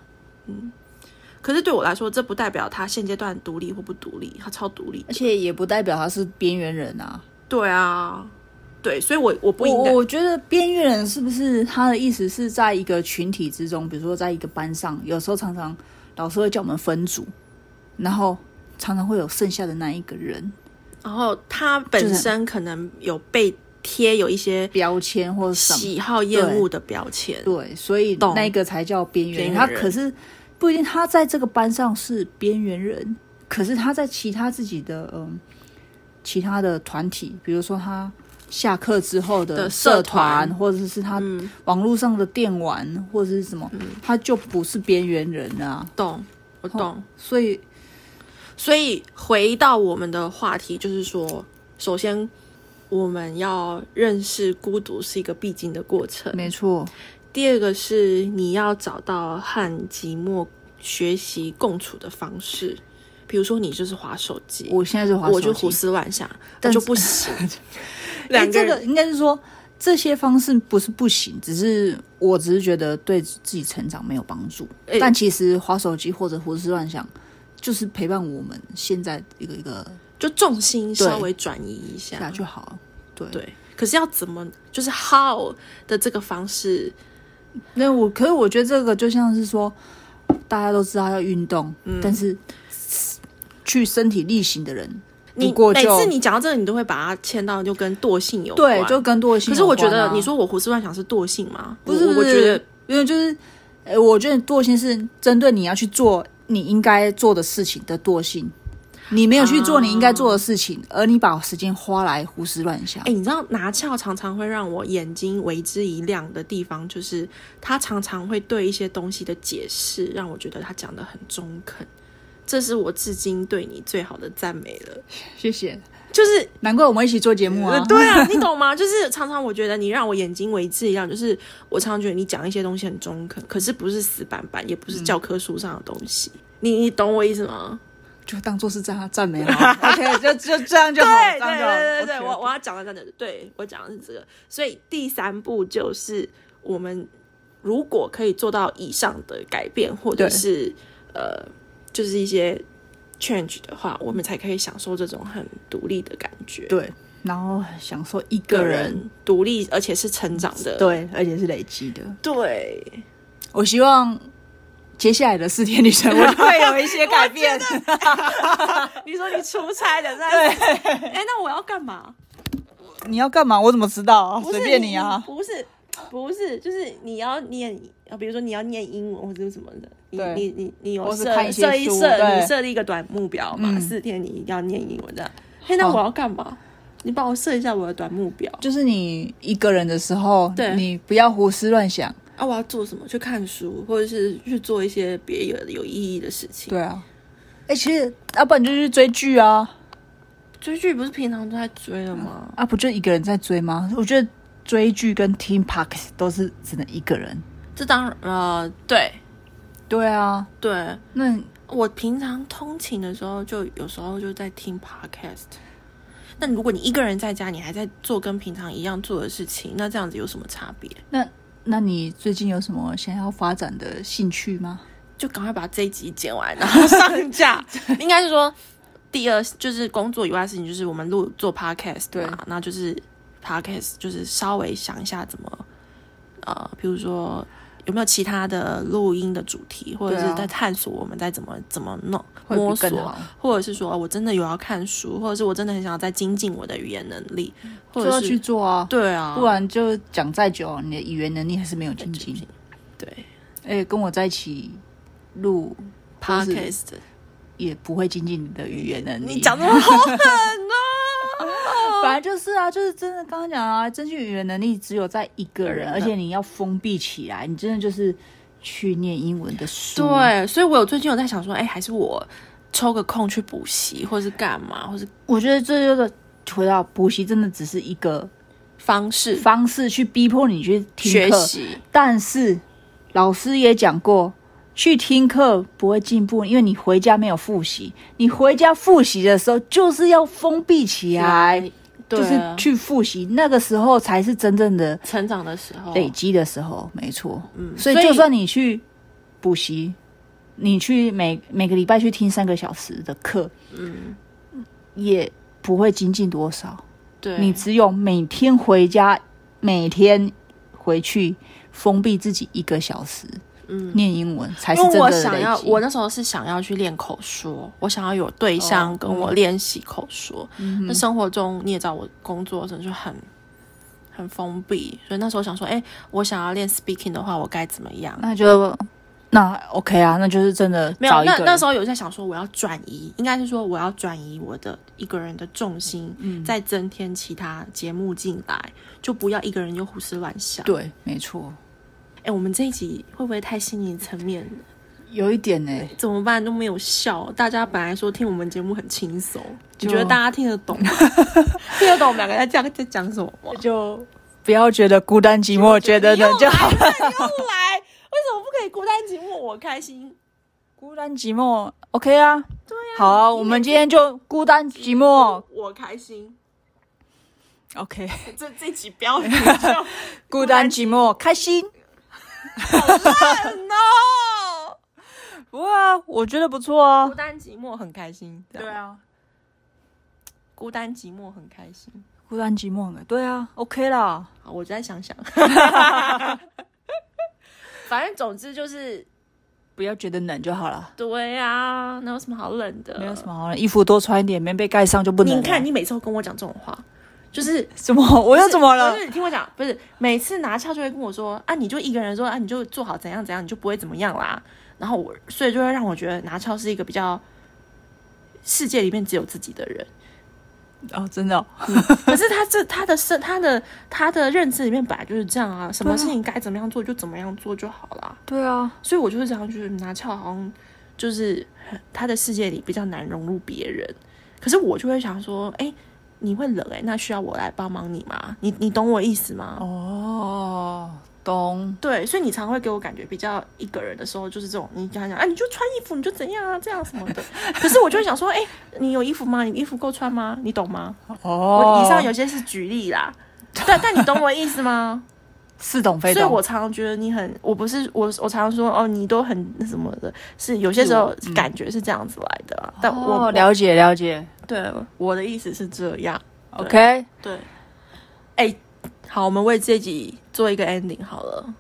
Speaker 1: 可是对我来说，这不代表他现阶段独立或不独立，他超独立的
Speaker 2: 而。且也不代表他是边缘人啊。
Speaker 1: 对啊，对，所以我我不应
Speaker 2: 我
Speaker 1: 该
Speaker 2: 我觉得边缘人是不是他的意思是在一个群体之中，比如说在一个班上，有时候常常老师会叫我们分组，然后常常会有剩下的那一个人
Speaker 1: 然后他本身可能有被贴有一些
Speaker 2: 标签或者什么，
Speaker 1: 喜好厌恶的标签，
Speaker 2: 对，所以
Speaker 1: 懂
Speaker 2: 那一个才叫边缘
Speaker 1: 边
Speaker 2: 人。
Speaker 1: 缘
Speaker 2: 他
Speaker 1: 人
Speaker 2: 可是不一定，他在这个班上是边缘人，可是他在其他自己的嗯其他的团体，比如说他下课之后的
Speaker 1: 的
Speaker 2: 社
Speaker 1: 社团
Speaker 2: 或者是他
Speaker 1: 嗯，
Speaker 2: 网络上的电玩或者是什么，他就不是边缘人啊。
Speaker 1: 懂，我懂。
Speaker 2: 所以
Speaker 1: 所以回到我们的话题，就是说，首先我们要认识孤独是一个必经的过程。
Speaker 2: 没错，
Speaker 1: 第二个是你要找到和寂寞学习共处的方式，比如说你就是划手机，
Speaker 2: 我现在是滑
Speaker 1: 我就
Speaker 2: 手机
Speaker 1: 胡思乱想，我
Speaker 2: 但
Speaker 1: 就是
Speaker 2: [laughs]
Speaker 1: 不行。 [laughs]
Speaker 2: 哎，
Speaker 1: 两个
Speaker 2: 这
Speaker 1: 人
Speaker 2: 个应该是说这些方式不是不行，只是我只是觉得对自己成长没有帮助。
Speaker 1: 哎
Speaker 2: 但其实划手机或者胡思乱想，就是陪伴我们现在一个一个
Speaker 1: 就重心
Speaker 2: 对
Speaker 1: 稍微转移一
Speaker 2: 下
Speaker 1: 下，
Speaker 2: 就好了。对，
Speaker 1: 对。可是要怎么，就是 how 的这个方式，
Speaker 2: 那我可是我觉得这个就像是说，大家都知道要运动，
Speaker 1: 嗯
Speaker 2: 但是去身体力行的人，
Speaker 1: 你
Speaker 2: 不过
Speaker 1: 每
Speaker 2: 就
Speaker 1: 次你讲到这个，你都会把它牵到就跟惰性有关，
Speaker 2: 对，就跟惰性
Speaker 1: 可是
Speaker 2: 有
Speaker 1: 我觉
Speaker 2: 关啊
Speaker 1: 得你说我胡思乱想是惰性吗？
Speaker 2: 不是
Speaker 1: 我
Speaker 2: 不
Speaker 1: 我
Speaker 2: 是
Speaker 1: 觉得
Speaker 2: 因为就是，呃，我觉得惰性是针对你要去做你应该做的事情的惰性，你没有去做
Speaker 1: 啊
Speaker 2: 你应该做的事情，而你把时间花来胡思乱想
Speaker 1: 哎、。你知道拿翘常常会让我眼睛为之一亮的地方，就是他常常会对一些东西的解释，让我觉得他讲的很中肯。这是我至今对你最好的赞美了，
Speaker 2: 谢谢，
Speaker 1: 就是
Speaker 2: 难怪我们一起做节目啊。
Speaker 1: 对啊，你懂吗？就是常常我觉得你让我眼睛为之一亮，就是我常常觉得你讲一些东西很中肯，可是不是死板板，也不是
Speaker 2: 嗯
Speaker 1: 教科书上的东西。你你懂我意思吗？
Speaker 2: 就当做是这样赞美好 [laughs] ，OK，就就这样 [laughs] 就好，
Speaker 1: 对
Speaker 2: 这
Speaker 1: 对
Speaker 2: 样就好
Speaker 1: 对对对，
Speaker 2: OK，
Speaker 1: 我我要讲的真的，对我讲的是这个。所以第三步就是我们如果可以做到以上的改变，或者
Speaker 2: 对
Speaker 1: 是呃，就是一些 change 的话，我们才可以享受这种很独立的感觉。
Speaker 2: 对，然后享受一
Speaker 1: 个
Speaker 2: 个人，
Speaker 1: 人独立，而且是成长的。
Speaker 2: 对，而且是累积的。
Speaker 1: 对，
Speaker 2: 我希望接下来的四天旅程，我就会有一些改变。
Speaker 1: 你说你出差的那，哎、
Speaker 2: [laughs]
Speaker 1: 那我要干嘛？
Speaker 2: [laughs] 你要干嘛？我怎么知道啊？
Speaker 1: 不
Speaker 2: 随
Speaker 1: 是
Speaker 2: 便你啊。
Speaker 1: 不是不是，就是你要念啊，比如说你要念英文或者是什么的，你
Speaker 2: 对
Speaker 1: 你你你有
Speaker 2: 或是
Speaker 1: 设
Speaker 2: 看一些
Speaker 1: 设一
Speaker 2: 书
Speaker 1: 设，
Speaker 2: 对
Speaker 1: 你设立一个短目标嘛，
Speaker 2: 嗯
Speaker 1: 四天你一定要念英文这样。嘿，那
Speaker 2: 好
Speaker 1: 我要干嘛？你帮我设一下我的短目标
Speaker 2: 就是你一个人的时候，
Speaker 1: 对
Speaker 2: 你不要胡思乱想。
Speaker 1: 啊！我要做什么？去看书，或者是去做一些别有有意义的事情。
Speaker 2: 对啊，哎、其实要、不然你就去追剧啊，
Speaker 1: 追剧不是平常都在追的吗？
Speaker 2: 啊，不就一个人在追吗？我觉得追剧跟听 podcast 都是只能一个人。
Speaker 1: 这当然呃，对
Speaker 2: 对啊，
Speaker 1: 对，
Speaker 2: 那
Speaker 1: 我平常通勤的时候，就有时候就在听 podcast。那如果你一个人在家，你还在做跟平常一样做的事情，那这样子有什么差别？
Speaker 2: 那那你最近有什么想要发展的兴趣吗？
Speaker 1: 就赶快把这一集剪完，然后上
Speaker 2: [laughs]
Speaker 1: 架。应该是说，第二就是工作以外的事情，就是我们录做 podcast
Speaker 2: 对
Speaker 1: 嘛，那就是 podcast 就是稍微想一下怎么，呃，比如说有没有其他的录音的主题，或者
Speaker 2: 对啊
Speaker 1: 是在探索我们在怎么怎么弄
Speaker 2: 会比
Speaker 1: 摸索
Speaker 2: 更，好，
Speaker 1: 或者是说哦我真的有要看书，或者是我真的很想要再精进我的语言能力，或
Speaker 2: 就
Speaker 1: 者
Speaker 2: 要
Speaker 1: 是
Speaker 2: 去做啊，
Speaker 1: 对啊，
Speaker 2: 不然就讲再久，你的语言能力还是没有精进。
Speaker 1: 对
Speaker 2: 哎、跟我在一起录或是
Speaker 1: podcast，
Speaker 2: 也不会精进你的语言能力。
Speaker 1: 你讲那么好狠啊！
Speaker 2: [laughs] 本来就是啊，就是真的，刚刚讲啊，争取语言能力只有在一个人，
Speaker 1: 人的
Speaker 2: 而且你要封闭起来，你真的就是去念英文的书。，
Speaker 1: 对，所以我有最近有在想说，哎，还是我抽个空去补习，或是干嘛，或是
Speaker 2: 我觉得这就是回到补习，真的只是一个
Speaker 1: 方式
Speaker 2: 方式去逼迫你去听
Speaker 1: 学
Speaker 2: 课，
Speaker 1: 习。
Speaker 2: 但是老师也讲过。去听课不会进步，因为你回家没有复习。你回家复习的时候，就是要封闭起来，就
Speaker 1: 对
Speaker 2: 是
Speaker 1: 啊
Speaker 2: 去复习，那个时候才是真正的
Speaker 1: 成长的时候，
Speaker 2: 累积的时候，没错。嗯，所
Speaker 1: 哦所
Speaker 2: 以
Speaker 1: 以
Speaker 2: 就算你去补习，你去每每个礼拜去听三个小时的课，嗯，也不会精进多少。
Speaker 1: 对
Speaker 2: 你只有每天回家，每天回去封闭自己一个小时，嗯，念英文才是
Speaker 1: 因
Speaker 2: 真
Speaker 1: 为我
Speaker 2: 正的
Speaker 1: 想
Speaker 2: 累
Speaker 1: 要，
Speaker 2: 积
Speaker 1: 我那时候是想要去练口说，我想要有对象跟我练习口说。
Speaker 2: 嗯
Speaker 1: 那生活中你也知道，我工作真的就很很封闭，所以那时候想说，哎、我想要练 speaking 的话，我该怎么样？
Speaker 2: 那就那 OK 啊，那就是真的
Speaker 1: 没有，
Speaker 2: 找一
Speaker 1: 那
Speaker 2: 个
Speaker 1: 那时候有在想说，我要转移，应该是说我要转移我的一个人的重心，
Speaker 2: 嗯
Speaker 1: 再增添其他节目进来，就不要一个人就胡思乱想。，
Speaker 2: 对，没错，
Speaker 1: 哎、我们这一集会不会太心理层面了？
Speaker 2: 有一点呢、
Speaker 1: 怎么办都没有笑。大家本来说听我们节目很轻松，你
Speaker 2: 就
Speaker 1: 觉得大家听得
Speaker 2: [laughs]
Speaker 1: 懂吗？听得懂我们两个在讲在讲什么吗？ [laughs]
Speaker 2: 就不要觉得孤单寂寞，觉得冷就好了。
Speaker 1: 你又来，为什么不可以孤单寂寞我开心？
Speaker 2: 孤单寂寞，OK 啊，对啊，好啊，我们今天就孤单寂寞
Speaker 1: 我开心，
Speaker 2: ，OK，
Speaker 1: [laughs] 这这集标题就
Speaker 2: 孤单寂寞，开心。
Speaker 1: no。
Speaker 2: 不会啊，我觉得不错啊
Speaker 1: 孤。单寂寞很开心，这样
Speaker 2: 对，啊，
Speaker 1: 孤单寂寞很开心。
Speaker 2: 孤单寂寞的，对啊，OK 啦。
Speaker 1: 好，我再想想。 [laughs] 反正总之就是，
Speaker 2: 不要觉得冷就好了，
Speaker 1: 对啊，那有什么啊好冷的？
Speaker 2: 没有什。么好冷，衣服多穿一点，棉被盖上就不能
Speaker 1: 呃你
Speaker 2: 了。
Speaker 1: 看，你每次都跟我讲这种话，就是
Speaker 2: 怎么我又怎么了
Speaker 1: 不？是，你听我讲，不是每次拿翘就会跟我说啊，你就一个人说啊，你就做好怎样怎样，你就不会怎么样啦。然后我，所以就会让我觉得拿翘是一个比较世界里面只有自己的人。
Speaker 2: 哦，真的哦、
Speaker 1: 可是他这他的生他的他的认知里面本来就是这样啊，什么事情该怎么样做就怎么样做就好啦。
Speaker 2: 对啊，
Speaker 1: 所以我就是这样，就是拿翘好像就是他的世界里比较难融入别人。可是我就会想说，哎、你会冷哎、那需要我来帮忙你吗？你你懂我意思吗？
Speaker 2: 哦，懂。
Speaker 1: 对，所以你常会给我感觉比较一个人的时候，就是这种，你跟他讲，啊，你就穿衣服，你就怎样啊，这样什么的。可是我就会想说，哎、你有衣服吗？你衣服够穿吗？你懂吗？
Speaker 2: 哦，
Speaker 1: 我以上有些是举
Speaker 2: [laughs]
Speaker 1: 例啦，但但你懂我意思吗？
Speaker 2: 似哦懂 [laughs] 非
Speaker 1: 所以
Speaker 2: 懂。
Speaker 1: 我常常觉得你很，我不是我，我常常说哦，你都很那什么的，是有些时候感觉是这样子来的啊、但我、
Speaker 2: 嗯哦、了解了解
Speaker 1: 对我的意思是这样，
Speaker 2: ，OK，
Speaker 1: 对，哎、好，我们为这集做一个 ending 好了，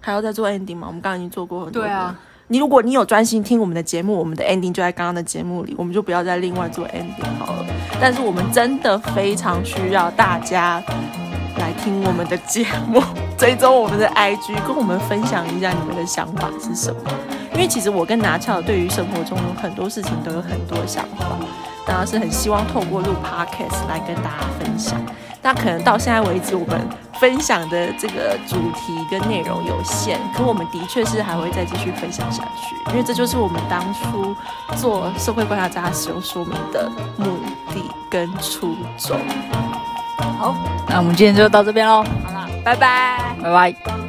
Speaker 1: 还要再做 ending 吗？我们刚刚已经做过很多，
Speaker 2: 对啊。
Speaker 1: 你如果你有专心听我们的节目，我们的 ending 就在刚刚的节目里，我们就不要再另外做 ending 好了。但是我们真的非常需要大家来听我们的节目，追踪我们的 IG，跟我们分享一下你们的想法是什么。因为其实我跟拿翘对于生活中有很多事情都有很多想法，然后是很希望透过录 podcast 来跟大家分享。那可能到现在为止，我们分享的这个主题跟内容有限，可我们的确是还会再继续分享下去，因为这就是我们当初做社会观察家使用说明的目的跟初衷。
Speaker 2: 那我们今天就到这边喽，
Speaker 1: 好啦，拜拜。
Speaker 2: 拜拜。